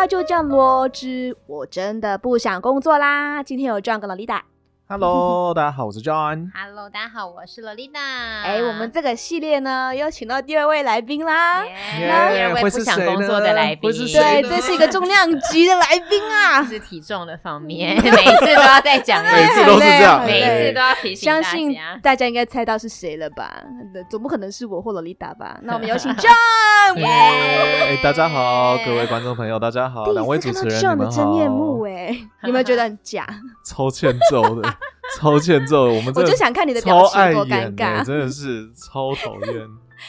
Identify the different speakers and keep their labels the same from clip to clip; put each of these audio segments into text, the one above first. Speaker 1: 要就这样咯之，我真的不想工作啦。今天有 John 跟
Speaker 2: 啊
Speaker 1: Lolita，
Speaker 3: Hello，大家好，我是 John。
Speaker 2: Hello，大家好，我是 Lolita。
Speaker 1: 哎、我们这个系列呢，又请到第二位来宾啦。
Speaker 2: 耶第二位
Speaker 3: 会
Speaker 2: 不
Speaker 3: 是
Speaker 2: 想
Speaker 3: 谁
Speaker 2: 工
Speaker 3: 呢
Speaker 2: 作的来宾，！
Speaker 3: 会是谁
Speaker 1: 对，
Speaker 3: 呢
Speaker 1: 这是一个重量级的来宾啊
Speaker 2: 是体重的方面，
Speaker 1: 嗯
Speaker 2: 每次都要再讲一
Speaker 3: 每
Speaker 2: 次，
Speaker 3: 次都是这
Speaker 1: 哎
Speaker 3: 样
Speaker 2: 每
Speaker 3: 每
Speaker 2: 次都要提醒
Speaker 1: 相
Speaker 2: 大
Speaker 1: 信
Speaker 2: 家。
Speaker 1: 大家应该猜到是谁了吧？总不可能是我或 Lolita 吧？那我们有请 John 哇。
Speaker 3: 哎、大家好，各位观众朋友，大家好，两位
Speaker 1: 第
Speaker 3: 主
Speaker 1: 一次
Speaker 3: 持
Speaker 1: 看到 John
Speaker 3: 人，你们
Speaker 1: 的
Speaker 3: 好。
Speaker 1: 真面目哎、 有没有觉得很假？
Speaker 3: 超欠揍 的，超欠揍的。我们
Speaker 1: 我
Speaker 3: 真的
Speaker 1: 就想看你的表
Speaker 3: 超
Speaker 1: 情
Speaker 3: 爱
Speaker 1: 多
Speaker 3: 演
Speaker 1: 尴
Speaker 3: 的
Speaker 1: 尬
Speaker 3: 真的是超讨厌。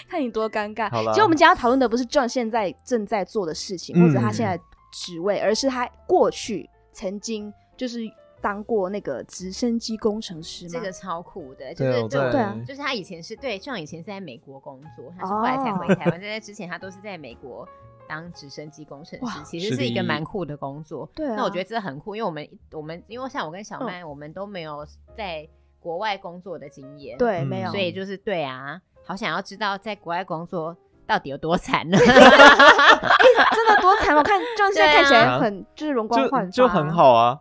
Speaker 1: 看你多尴尬。
Speaker 3: 好啦
Speaker 1: 其实我们今天要讨论的不是 John 现在正在做的事情，
Speaker 3: 嗯
Speaker 1: 或者他现在的职位，而是他过去曾经就是当过那个直升机工程师嘛。
Speaker 2: 这个超酷的，就
Speaker 3: 对，
Speaker 2: 是
Speaker 3: 我
Speaker 2: 对
Speaker 3: 在
Speaker 2: 我
Speaker 1: 对啊
Speaker 2: 就是他以前是对，壮以前是在美国工作，他是后来才
Speaker 1: 哦
Speaker 2: 回台湾，在在之前他都是在美国当直升机工程
Speaker 1: 哇
Speaker 2: 师，其实
Speaker 3: 是
Speaker 2: 是一个
Speaker 3: 的
Speaker 2: 蛮酷的工作。
Speaker 1: 对啊，嗯
Speaker 2: 那我觉得这很酷，因为我们我们因为像我跟小曼，我们都没有在国外工作的经验，，
Speaker 1: 对
Speaker 3: 嗯
Speaker 1: 没有，
Speaker 2: 所以就是对啊，好想要知道在国外工作到底有多惨呢？
Speaker 1: 真的多惨！我看 John 现在看起
Speaker 3: 对
Speaker 1: 来
Speaker 3: 啊
Speaker 1: 很就是容光焕发，
Speaker 3: 就就很好啊。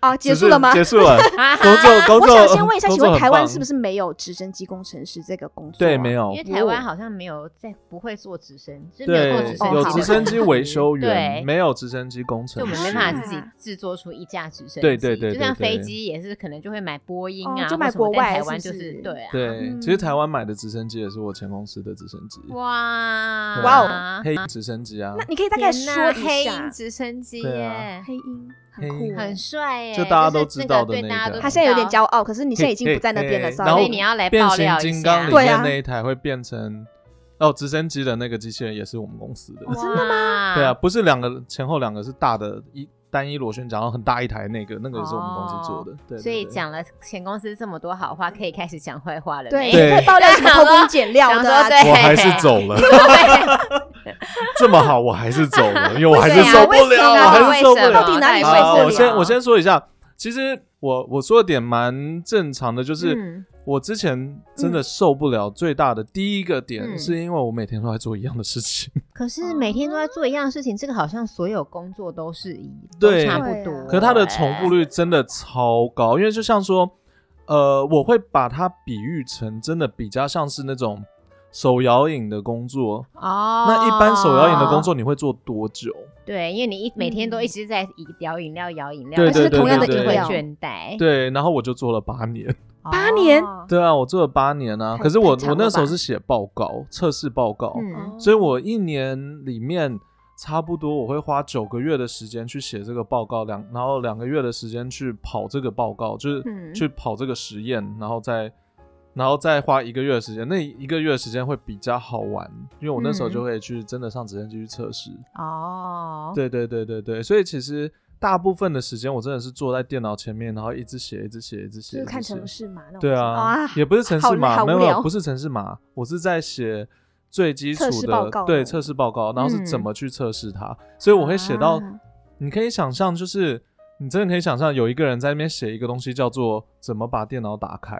Speaker 1: 啊。结
Speaker 3: 只是
Speaker 1: 束了吗？
Speaker 3: 结束 了。工作工
Speaker 1: 我
Speaker 3: 作，
Speaker 1: 想先问一下，
Speaker 3: 工
Speaker 1: 请问
Speaker 3: 作很
Speaker 1: 台湾
Speaker 3: 棒
Speaker 1: 是不是没有直升机工程师这个工作啊？
Speaker 3: 对没有
Speaker 2: 因为？台湾好像没有在不会做直升，就是没有做
Speaker 3: 对
Speaker 2: 直升，机
Speaker 3: 有
Speaker 2: 的
Speaker 3: 直升机维修
Speaker 2: 对
Speaker 3: 员，没有直升机工程
Speaker 2: 就我们
Speaker 3: 师，
Speaker 2: 没办法自己
Speaker 1: 啊
Speaker 2: 制作出一架直升机，
Speaker 3: 对对对对
Speaker 2: 就像
Speaker 3: 对
Speaker 2: 飞机也是可能就会买波音啊，
Speaker 1: 哦就买
Speaker 2: 或什么
Speaker 1: 国外
Speaker 2: 但台湾
Speaker 1: 是
Speaker 2: 就
Speaker 1: 不是
Speaker 2: 对啊，
Speaker 3: 对，
Speaker 1: 嗯
Speaker 3: 其实台湾买的直升机也是我前公司的直升机，
Speaker 2: 哇
Speaker 3: 哇
Speaker 1: 哦
Speaker 3: 黑直升机啊，
Speaker 1: 那你可以大概
Speaker 2: 天
Speaker 1: 说
Speaker 2: 哪
Speaker 1: 一
Speaker 2: 黑
Speaker 1: 下
Speaker 2: 鹰直升机
Speaker 3: 对
Speaker 2: 耶
Speaker 3: 啊，
Speaker 1: 黑鹰很
Speaker 3: 黑鹰
Speaker 1: 酷，欸
Speaker 2: 很。帅耶，
Speaker 3: 就大家都
Speaker 2: 是
Speaker 3: 知道的
Speaker 2: 对
Speaker 3: 那
Speaker 2: 大家
Speaker 3: 个
Speaker 2: 都
Speaker 1: 他现在有点
Speaker 2: 知道
Speaker 1: 骄傲，可是你现在已经不在那边了
Speaker 3: 嘿嘿然
Speaker 2: 所
Speaker 3: 后
Speaker 2: 以
Speaker 1: ，sorry。
Speaker 2: 你要来
Speaker 3: 变
Speaker 2: 爆
Speaker 3: 形
Speaker 2: 料一
Speaker 3: 金刚
Speaker 2: 下，
Speaker 3: 里
Speaker 1: 对
Speaker 3: 面
Speaker 1: 啊
Speaker 3: 那一台会变成哦，直升机的那个机器人也是我们公司的，
Speaker 2: 真的吗
Speaker 3: 对啊，，不是两个前后两个是大的一单一螺旋桨，然后很大一台那个，那个也是我们公司做的，对对
Speaker 2: 哦所以
Speaker 3: 对
Speaker 2: 讲了前公司这么多好话，可以开始讲坏话了
Speaker 1: 对，
Speaker 2: 没。
Speaker 3: 对
Speaker 1: 可以爆料什么偷工减料
Speaker 2: 想
Speaker 1: 的
Speaker 2: 说
Speaker 1: 啊，
Speaker 2: 对，
Speaker 3: 我还是走了， 这么好我还是走了，因为我还是
Speaker 1: 啊
Speaker 2: 为什么
Speaker 3: 受不
Speaker 1: 为什
Speaker 3: 了，
Speaker 1: 么
Speaker 3: 我还是受不
Speaker 2: 为什
Speaker 3: 了
Speaker 2: 么。
Speaker 1: 到底哪里
Speaker 2: 到
Speaker 1: 受
Speaker 2: 底
Speaker 1: 不
Speaker 3: 好，
Speaker 1: 了？
Speaker 3: 我先我先说一下，其实我我说的点蛮正常的，就是、
Speaker 2: 嗯
Speaker 3: 我之前真的受不了最大的第一个点，
Speaker 2: 嗯
Speaker 3: 是因为我每天都在做一样的事情，
Speaker 2: 可是
Speaker 1: 嗯
Speaker 2: 每天都在做一样的事情，这个好像所有工作都是一
Speaker 3: 对
Speaker 2: 都差不多欸
Speaker 1: 对啊。
Speaker 3: 可是它的重复率真的超高，因为就像说，呃，我会把它比喻成真的比较像是那种手摇饮的工作。
Speaker 2: 哦，
Speaker 3: 那一般手摇饮的工作你会做多久？
Speaker 2: 对，因为你一每天
Speaker 1: 嗯
Speaker 2: 都一直在以摇饮料、摇饮料，
Speaker 3: 对
Speaker 2: 但
Speaker 3: 对对
Speaker 2: 同样的
Speaker 3: 对
Speaker 2: 就
Speaker 3: 对
Speaker 2: 会
Speaker 1: 对
Speaker 2: 倦怠。
Speaker 3: 对，然后我就做了八年。
Speaker 2: 哦，
Speaker 1: 八年
Speaker 3: 对啊，我做了八年啊。
Speaker 1: 太
Speaker 3: 可是我
Speaker 1: 太长
Speaker 3: 我
Speaker 1: 了
Speaker 3: 那时候
Speaker 1: 吧
Speaker 3: 是写报告，测试报告。
Speaker 1: 哦
Speaker 2: 嗯，
Speaker 3: 所以我一年里面差不多我会花九个月的时间去写这个报告，两然后两个月的时间去跑这个报告，就
Speaker 2: 嗯
Speaker 3: 是去跑这个实验，然后再然后再花一个月的时间，那一个月的时间会比较好玩，因为我那时候
Speaker 2: 嗯
Speaker 3: 就会去真的上直升机去测试。
Speaker 2: 哦，
Speaker 3: 对对对对对，所以其实大部分的时间我真的是坐在电脑前面，然后一直写，一直写，一直写，
Speaker 1: 就是
Speaker 3: 一直
Speaker 1: 看
Speaker 3: 写
Speaker 1: 城市嘛，那种
Speaker 3: 对
Speaker 1: 啊
Speaker 3: 啊，，也不是城市
Speaker 1: 好
Speaker 3: 码，
Speaker 1: 好
Speaker 3: 没有
Speaker 1: 无
Speaker 3: 没
Speaker 1: 聊
Speaker 3: 有，不是城市码，我是在写最基础
Speaker 1: 测试报
Speaker 3: 的
Speaker 1: 告哦
Speaker 3: 对测试报告，然后是怎
Speaker 2: 嗯
Speaker 3: 么去测试它，所以我会写到
Speaker 1: 啊，
Speaker 3: 你可以想象，就是你真的可以想象有一个人在那边写一个东西叫做怎么把电脑打开，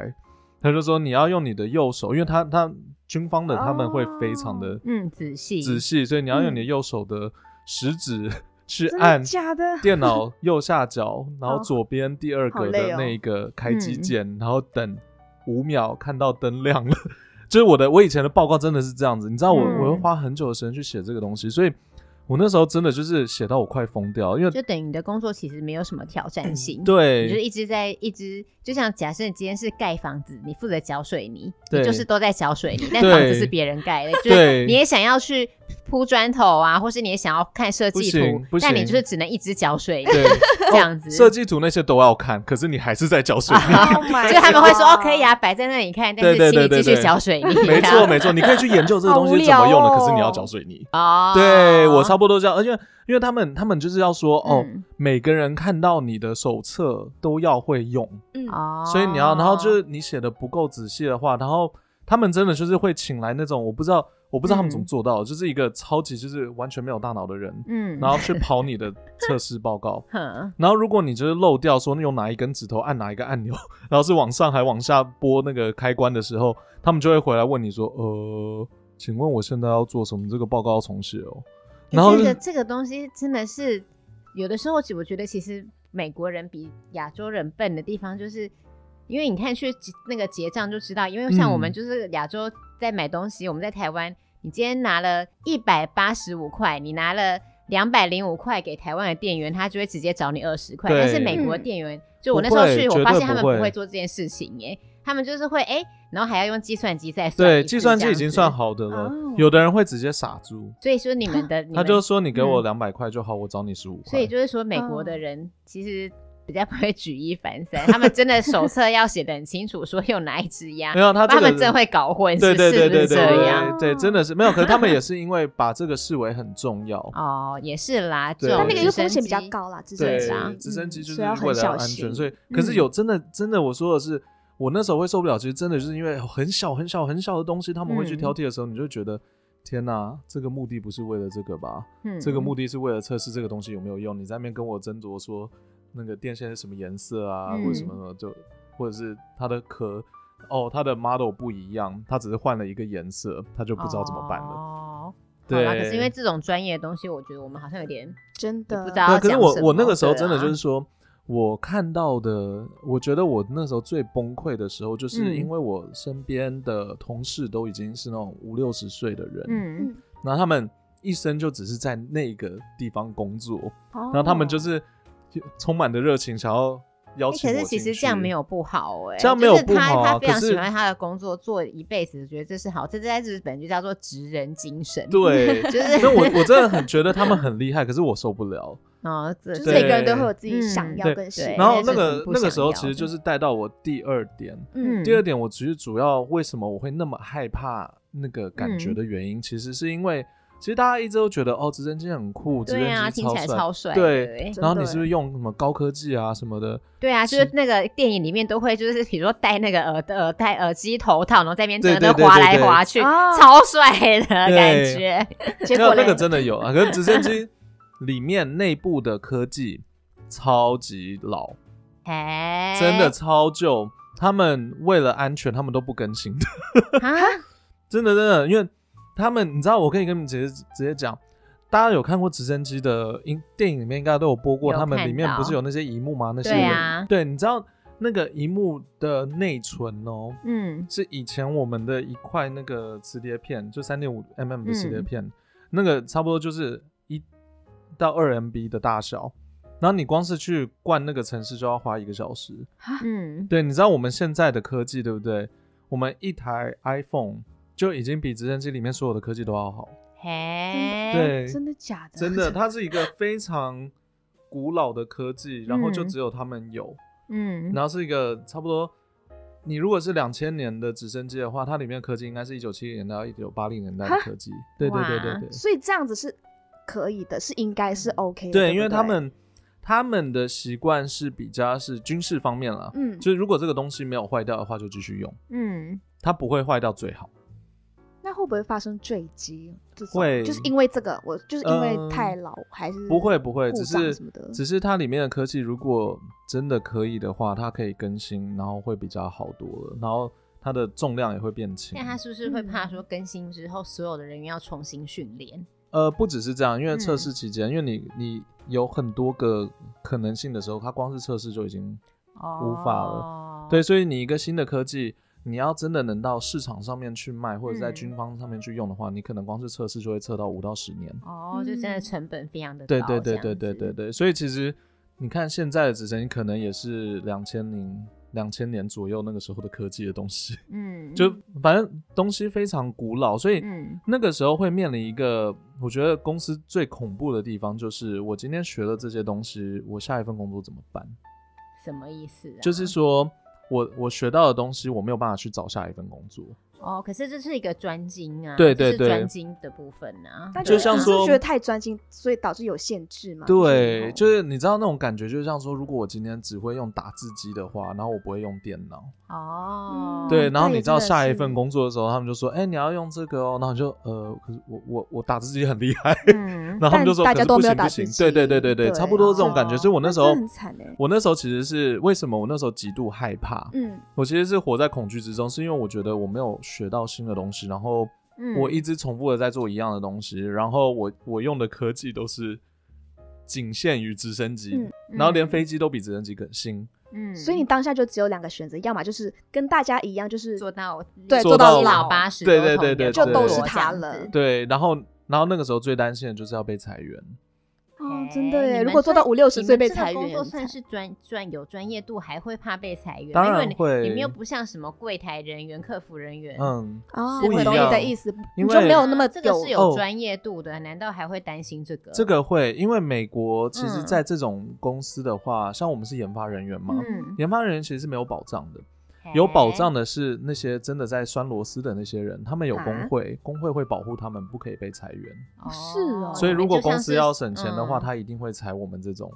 Speaker 3: 他就说你要用你的右手，因为他他军方的他们会非常
Speaker 1: 哦
Speaker 3: 的
Speaker 2: 嗯，仔细，
Speaker 3: 仔细，所以你要用你的右手的食指 去
Speaker 1: 嗯真的
Speaker 3: 按
Speaker 1: 假的？哦
Speaker 3: 电脑右下角，然后左边第二
Speaker 1: 好
Speaker 3: 格
Speaker 1: 累
Speaker 3: 的
Speaker 1: 哦
Speaker 3: 那个开机键，然后等五秒看到灯亮了。 就是我的，我以前的报告真的是这样子，你知道我、
Speaker 2: 嗯
Speaker 3: 我会花很久的时间去写这个东西，所以我那时候真的就是写到我快疯掉，因为
Speaker 2: 就等于你的工作其实没有什么挑战性。。你就
Speaker 3: 嗯对
Speaker 2: 一直在一直，就像假设你今天是盖房子，你负责搅水泥，你
Speaker 3: 对
Speaker 2: 就是都在搅水泥，但
Speaker 3: 对
Speaker 2: 房子是别人盖的，就是
Speaker 3: 对
Speaker 2: 你也想要去铺砖头啊，或是你也想要看设计
Speaker 3: 不
Speaker 2: 图
Speaker 3: 行不，
Speaker 2: 但你
Speaker 3: 行
Speaker 2: 就是只能一直搅水泥
Speaker 3: 对 哦
Speaker 2: 这样子。
Speaker 3: 设计图那些都要看，可是你还是在 缴水泥。
Speaker 1: Oh my
Speaker 2: 就他们会说
Speaker 1: God
Speaker 2: 哦，可以啊，摆在那里看，但
Speaker 3: 对
Speaker 2: 是
Speaker 3: 对
Speaker 2: 心里
Speaker 3: 对
Speaker 2: 继
Speaker 3: 对
Speaker 2: 续
Speaker 3: 对
Speaker 2: 搅水泥。
Speaker 3: 没错没错，你可以去研究这个东西是怎么用
Speaker 1: 好
Speaker 3: 的，
Speaker 1: 无聊哦
Speaker 3: 可是你要缴水泥。
Speaker 2: 哦，
Speaker 3: 对我差不多这样，而且因为他们他们就是要说哦，
Speaker 2: 嗯
Speaker 3: 每个人看到你的手册都要会用，
Speaker 1: 嗯，
Speaker 2: 哦，
Speaker 3: 所以你要，然后就是你写的不够仔细的话，然后他们真的就是会请来那种我不知道，我不知道他们怎么做到的，就是一个超级就是完全没有大脑的人，
Speaker 2: 嗯，。
Speaker 3: 然后去跑你的测试报告
Speaker 2: 哼，
Speaker 3: 然后如果你就是漏掉说用哪一根指头按哪一个按钮， 然后是往上还往下拨那个开关的时候，他们就会回来问你说，呃，请问我现在要做什么？这个报告要重写哦。然后
Speaker 2: 这个这个东西真的是有的时候，我觉得其实美国人比亚洲人笨的地方，就是因为你看去结那个结账就知道，因为像我们
Speaker 3: 嗯
Speaker 2: 就是亚洲在买东西，我们在台湾，你今天拿了一百八十五块，你拿了。两百零五块给台湾的店员，他就会直接找你二十块。
Speaker 3: 对
Speaker 2: 但是美国
Speaker 1: 嗯
Speaker 2: 店员，就我那
Speaker 3: 不
Speaker 2: 时候
Speaker 3: 会
Speaker 2: 去，我
Speaker 3: 绝
Speaker 2: 发
Speaker 3: 对
Speaker 2: 现他
Speaker 3: 不
Speaker 2: 们
Speaker 3: 会
Speaker 2: 不会做这件事情耶，他们就是会哎、然后还要用计算机再算一
Speaker 3: 对，
Speaker 2: 次
Speaker 3: 计算
Speaker 2: 这
Speaker 3: 机已
Speaker 2: 样
Speaker 3: 经
Speaker 2: 子
Speaker 3: 算。好的了
Speaker 1: 哦。
Speaker 3: 有的人会直接傻住，
Speaker 2: 所以说你 们的，你
Speaker 3: 他
Speaker 2: 们
Speaker 3: 就说你给我
Speaker 2: 嗯
Speaker 3: 两百块就好，我找你十五块。
Speaker 2: 所以就是说，美国
Speaker 3: 嗯
Speaker 1: 哦
Speaker 2: 的人其实比较 不会举一反三，他们真的手册要写的很清楚，说用哪一支压
Speaker 3: 没，有啊他
Speaker 2: 不然
Speaker 3: 这
Speaker 2: 他
Speaker 3: 个
Speaker 2: 们真会搞混，
Speaker 3: 对
Speaker 2: 是
Speaker 3: 对对
Speaker 2: 是不
Speaker 3: 对
Speaker 2: 是
Speaker 3: 对
Speaker 2: 这样？
Speaker 3: 对对，真的是没有。可是他们也是因为把这个视为很重要，
Speaker 2: 哦，也是啦，
Speaker 3: 对
Speaker 2: 这
Speaker 1: 但
Speaker 2: 种
Speaker 1: 那个就
Speaker 2: 直升
Speaker 1: 风险比较
Speaker 2: 机，
Speaker 1: 高啦，直升
Speaker 3: 对
Speaker 1: 机
Speaker 2: 啊，
Speaker 3: 直升机就是
Speaker 1: 所以要
Speaker 3: 为
Speaker 1: 很
Speaker 3: 了
Speaker 1: 小
Speaker 3: 安全，
Speaker 1: 心。
Speaker 3: 所以可是
Speaker 2: 嗯
Speaker 3: 有真的真的，我说的是，我那时候会受不了，其实真的就是因为很小很小很小的东西，他们会去
Speaker 2: 嗯
Speaker 3: 挑剔的时候，你就觉得天哪，这个目的不是为了这个吧？
Speaker 2: 嗯
Speaker 3: 这个目的是为了测试这个东西有没有用。你在那边跟我斟酌说那个电线是什么颜色啊，
Speaker 2: 嗯
Speaker 3: 或者什么什么，就或者是它的壳哦，它的 model 不一样，它只是换了一个颜色，它就不知道怎么办了。
Speaker 2: 哦，好
Speaker 3: 对，
Speaker 2: 啦可是因为这种专业的东西，我觉得我们好像有点
Speaker 1: 真的
Speaker 2: 不知道要
Speaker 3: 对，可是
Speaker 2: 讲
Speaker 3: 我
Speaker 2: 什
Speaker 3: 我那
Speaker 2: 么
Speaker 3: 个时候
Speaker 2: 对
Speaker 3: 真的
Speaker 2: 啊
Speaker 3: 就是说，我看到的，我觉得我那时候最崩溃的时候，就是
Speaker 2: 嗯
Speaker 3: 因为我身边的同事都已经是那种五六十岁的人，
Speaker 2: 嗯
Speaker 1: 嗯
Speaker 3: 然后他们一生就只是在那个地方工作，
Speaker 2: 哦
Speaker 1: 然
Speaker 3: 然后他们就是充满的热情，想要邀
Speaker 2: 欸
Speaker 3: 请我
Speaker 2: 可是其
Speaker 3: 进
Speaker 2: 实这样
Speaker 3: 去
Speaker 2: 没有不好哎、
Speaker 3: 这样没有不好啊
Speaker 2: 就是他他非常
Speaker 3: 可是
Speaker 2: 喜欢他的工作，做一辈子，觉得这是好，这在日本就叫做职人精神。，
Speaker 3: 对，
Speaker 2: 就是
Speaker 3: 那我我真的很觉得他们很厉害，可是我受不了。
Speaker 2: 哦，这
Speaker 1: 就是
Speaker 3: 对
Speaker 1: 每个人都会有自己想
Speaker 2: 嗯
Speaker 1: 要
Speaker 3: 对
Speaker 1: 跟
Speaker 2: 对
Speaker 1: 谁，
Speaker 3: 然后那
Speaker 2: 那是
Speaker 3: 个
Speaker 2: 很不
Speaker 3: 那个
Speaker 2: 想
Speaker 3: 时候
Speaker 2: 要
Speaker 3: 其实
Speaker 2: 的
Speaker 3: 就是带到我第二点，
Speaker 1: 嗯
Speaker 3: 第二点，我其实主要为什么我会那么害怕那个感觉
Speaker 2: 嗯
Speaker 3: 的原因，其实是因为，其实大家一直都觉得哦，直升机很酷，直
Speaker 2: 对啊，
Speaker 3: 升机
Speaker 2: 听起来
Speaker 3: 超
Speaker 2: 超
Speaker 3: 帅。
Speaker 2: 帅的，
Speaker 3: 对
Speaker 2: 对
Speaker 1: 真
Speaker 3: 然后
Speaker 1: 的
Speaker 3: 你是不是用什么高科技啊什么的？
Speaker 2: 对啊，就是
Speaker 3: 是
Speaker 2: 那个电影里面都会，就是比如说戴那个耳耳戴耳机头套，然后在那边
Speaker 3: 对
Speaker 2: 真的
Speaker 3: 对对
Speaker 2: 滑
Speaker 3: 对
Speaker 2: 来
Speaker 3: 对
Speaker 2: 滑去，
Speaker 1: 啊
Speaker 2: 超帅的感
Speaker 3: 对
Speaker 2: 觉。
Speaker 1: 结
Speaker 3: 那
Speaker 1: 果
Speaker 3: 那个
Speaker 1: 嘞，
Speaker 3: 真的有 啊，可是直升机里面内部的科技超级老，
Speaker 2: 哎，
Speaker 3: 真的超旧。他们为了安全，他们都不更新的，
Speaker 2: 啊，
Speaker 3: 真的真的，因为他们你知道，我可以跟你们直接直接讲。大家有看过直升机的影电影里面应该都有播过，
Speaker 2: 有
Speaker 3: 他们
Speaker 2: 看
Speaker 3: 里面不
Speaker 2: 到
Speaker 3: 是有那些荧幕吗？那些
Speaker 2: 对
Speaker 3: 人
Speaker 2: 啊
Speaker 3: 对，你知道那个荧幕的内存哦，
Speaker 2: 嗯，
Speaker 3: 是以前我们的一块那个磁碟片，就三点五 mm
Speaker 2: 嗯
Speaker 3: 的磁碟片，那个差不多就是一到二 MB 的大小。然后你光是去灌那个城市就要花一个小时。
Speaker 2: 嗯，
Speaker 3: 对，你知道我们现在的科技对不对？我们一台 iPhone 就已经比直升机里面所有的科技都要好。
Speaker 1: 哎
Speaker 2: 嘿，
Speaker 3: 对，
Speaker 1: 真的假的？
Speaker 3: 真的，它是一个非常古老的科技，然后就
Speaker 2: 嗯
Speaker 3: 只有他们有。
Speaker 2: 嗯，
Speaker 3: 然后是一个差不多，你如果是两千年的直升机的话，它里面的科技应该是一九七零年代到一九八零年代的科技。对对对对
Speaker 2: 哇
Speaker 3: 对
Speaker 1: 所以这样子是可以的，是应该是 OK 的。对不对，
Speaker 3: 对，因为他们他们的习惯是比较是军事方面啦，
Speaker 1: 嗯，
Speaker 3: 就是如果这个东西没有坏掉的话，就继续用，
Speaker 2: 嗯，
Speaker 3: 它不会坏掉最好。
Speaker 1: 那会不会发生坠机？这种
Speaker 3: 会
Speaker 1: 就是因为这个，我就是因为
Speaker 3: 嗯
Speaker 1: 太老还是
Speaker 3: 不会不会，
Speaker 1: 故
Speaker 3: 只
Speaker 1: 障
Speaker 3: 是
Speaker 1: 什么的
Speaker 3: 只是它里面的科技，如果真的可以的话，它可以更新，然后会比较好多了，然后它的重量也会变轻。
Speaker 2: 但他是不是会怕
Speaker 1: 嗯
Speaker 2: 说更新之后所有的人员要重新训练？
Speaker 3: 呃，不只是这样，因为
Speaker 2: 嗯
Speaker 3: 测试期间，因为你你有很多个可能性的时候，它光是测试就已经
Speaker 2: 哦
Speaker 3: 无法
Speaker 2: 了
Speaker 3: 对，，所以你一个新的科技，你要真的能到市场上面去卖，或者在
Speaker 2: 嗯
Speaker 3: 军方上面去用的话，你可能光是测试就会测到五到十年。
Speaker 2: 哦，就真的
Speaker 1: 嗯
Speaker 2: 成本非常的高，
Speaker 3: 对对对
Speaker 2: 这
Speaker 3: 对
Speaker 2: 样
Speaker 3: 对对
Speaker 2: 子，
Speaker 3: 对，所以其实你看现在的直升机可能也是两千零两千年左右那个时候的科技的东西，
Speaker 2: 嗯，
Speaker 3: 就反正东西非常古老，所以
Speaker 2: 嗯
Speaker 3: 那个时候会面临一个，我觉得公司最恐怖的地方就是，我今天学了这些东西，我下一份工作怎么办？
Speaker 2: 什么意思啊？
Speaker 3: 就是说我我学到的东西，我没有办法去找下一份工作。
Speaker 2: 哦，可是这是一个专精啊，
Speaker 3: 对
Speaker 2: 这
Speaker 3: 对
Speaker 2: 是
Speaker 3: 对
Speaker 2: 专精的部分啊，
Speaker 1: 那
Speaker 3: 就
Speaker 2: 对啊
Speaker 3: 像
Speaker 1: 你是
Speaker 3: 说
Speaker 1: 觉得太专心，所以导致有限制嘛？
Speaker 2: 哦
Speaker 3: 对，就是是你知道那种感觉，就像说，如果我今天只会用打字机的话，然后我不会用电脑，
Speaker 2: 哦，
Speaker 3: 对，
Speaker 1: 嗯
Speaker 3: 然后
Speaker 1: 对
Speaker 3: 你知道
Speaker 1: 真的
Speaker 3: 下一
Speaker 1: 是
Speaker 3: 份工作的时候，他们就说，哎、你要用这个哦，然后你就呃，可是我我我打字机很厉害，
Speaker 2: 嗯，
Speaker 3: 然后他们就说，
Speaker 1: 但大
Speaker 3: 可
Speaker 1: 家
Speaker 3: 是
Speaker 1: 都
Speaker 3: 不
Speaker 1: 没有
Speaker 3: 行
Speaker 1: 打
Speaker 3: 不
Speaker 1: 字
Speaker 3: 行，对对对对
Speaker 1: 机
Speaker 3: 对，差不多这种感觉，
Speaker 2: 哦
Speaker 3: 所以我那
Speaker 1: 啊那
Speaker 3: 时候
Speaker 1: 真的很惨哎。
Speaker 3: 我那时候其实是为什么？我那时候极度害怕，
Speaker 1: 嗯
Speaker 3: 我其实是活在恐惧之中，是因为我觉得我没有学到新的东西，然后
Speaker 2: 嗯
Speaker 3: 我一直重复的在做一样的东西，然后我我用的科技都是仅限于直升机，
Speaker 1: 嗯
Speaker 3: 然后连
Speaker 2: 嗯
Speaker 3: 飞机都比直升机更新。
Speaker 2: 嗯，
Speaker 1: 所以你当下就只有两个选择，要么就是跟大家一样，就是
Speaker 2: 做到
Speaker 1: 对
Speaker 3: 做到
Speaker 2: 老
Speaker 1: 老
Speaker 2: 八十，
Speaker 3: 对对对对
Speaker 1: 就都是
Speaker 3: 对
Speaker 1: 他了。
Speaker 3: 对，然后然后那个时候最担心的就是要被裁员。
Speaker 1: 哦，真的
Speaker 2: 哎
Speaker 1: 耶！
Speaker 2: 你
Speaker 1: 如
Speaker 2: 们
Speaker 1: 果做
Speaker 2: 算
Speaker 1: 到五六十
Speaker 2: 你
Speaker 1: 岁
Speaker 2: 们
Speaker 1: 被
Speaker 2: 这个
Speaker 1: 裁员
Speaker 2: 工作
Speaker 1: 才，
Speaker 2: 算是专专有专业度，还会怕被裁员？
Speaker 3: 当
Speaker 2: 因为
Speaker 3: 然
Speaker 2: 你
Speaker 3: 会
Speaker 2: 你们又不像什么柜台人员、客服人员，
Speaker 3: 嗯，
Speaker 1: 哦，
Speaker 2: 不
Speaker 1: 我
Speaker 2: 一
Speaker 1: 懂你
Speaker 2: 样
Speaker 1: 的意思，你
Speaker 3: 因
Speaker 1: 就
Speaker 3: 为
Speaker 1: 没有那么
Speaker 2: 这个是有
Speaker 3: 哦
Speaker 2: 专业度的，难道还会担心这个？
Speaker 3: 这个会，因为美国其实
Speaker 2: 嗯
Speaker 3: 在这种公司的话，像我们是研发人员嘛，
Speaker 2: 嗯，
Speaker 3: 研发人员其实是没有保障的。
Speaker 1: 哦
Speaker 3: 有保障的是那些真的在拴螺丝的那些人，他们有
Speaker 1: 啊
Speaker 3: 工会，工会会保护他们，不可以被裁员。
Speaker 2: 哦
Speaker 1: 是哦
Speaker 3: 所以如果公司要省钱
Speaker 1: 嗯
Speaker 3: 的话，，
Speaker 2: 你们就像是
Speaker 3: 他一定会裁我们这种。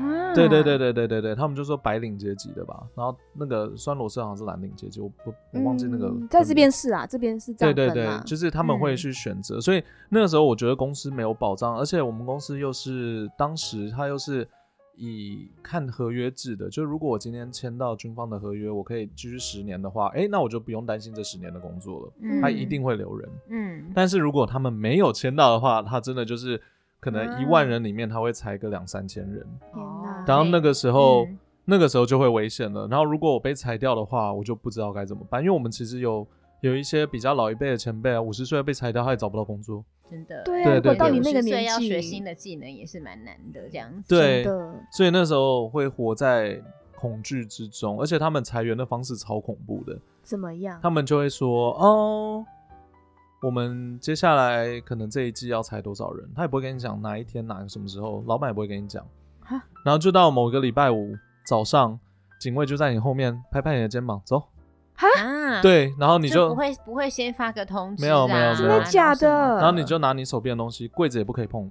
Speaker 2: 嗯嘿
Speaker 3: 对对
Speaker 1: 啊
Speaker 3: 对对对对对，他们就说白领阶级的吧。然后那个拴螺丝好像是蓝领阶级，我不我忘记那个分
Speaker 1: 嗯
Speaker 3: 别。
Speaker 1: 在这边是啊，这边是这
Speaker 3: 对
Speaker 1: 样分
Speaker 3: 对对
Speaker 1: 啦，
Speaker 3: 就是他们会
Speaker 2: 嗯
Speaker 3: 去选择，所以那个时候我觉得公司没有保障，而且我们公司又是当时他又是以看合约制的，就如果我今天签到军方的合约，我可以继续十年的话，哎，那我就不用担心这十年的工作了，
Speaker 1: 嗯
Speaker 3: 他一定会留人。
Speaker 2: 嗯
Speaker 3: 但是如果他们没有签到的话，他真的就是可能一
Speaker 1: 啊
Speaker 3: 万人里面他会裁个两三千人，
Speaker 1: 天哪
Speaker 3: 然后那个时候。
Speaker 2: 啊嗯
Speaker 3: 那个时候就会危险了。然后如果我被裁掉的话，我就不知道该怎么办，因为我们其实有有一些比较老一辈的前辈啊，五十岁被裁掉，他也找不到工作。
Speaker 2: 真的
Speaker 1: 对
Speaker 3: 啊对如果对
Speaker 1: 到你
Speaker 2: 50
Speaker 1: 那个
Speaker 2: 岁
Speaker 1: 年
Speaker 2: 要学
Speaker 1: 纪
Speaker 2: 新的技能也是蛮难的，这样子
Speaker 3: 对
Speaker 1: 真，的
Speaker 3: 所以那时候会活在恐惧之中，而且他们裁员的方式超恐怖的，
Speaker 1: 怎么样？
Speaker 3: 他们就会说哦。我们接下来可能这一季要裁多少人，他也不会跟你讲哪一天、哪个什么时候，老板也不会跟你讲
Speaker 1: 哈。
Speaker 3: 然后就到某个礼拜五早上，警卫就在你后面拍拍你的肩膀，走。
Speaker 2: 啊，
Speaker 3: 对，然后你
Speaker 2: 不会不会先发个通知
Speaker 3: 没
Speaker 2: 啊，
Speaker 3: 有没有
Speaker 1: 真的
Speaker 3: 没有
Speaker 1: 假的
Speaker 3: 然后你就拿你手边的东西，柜子也不可以碰，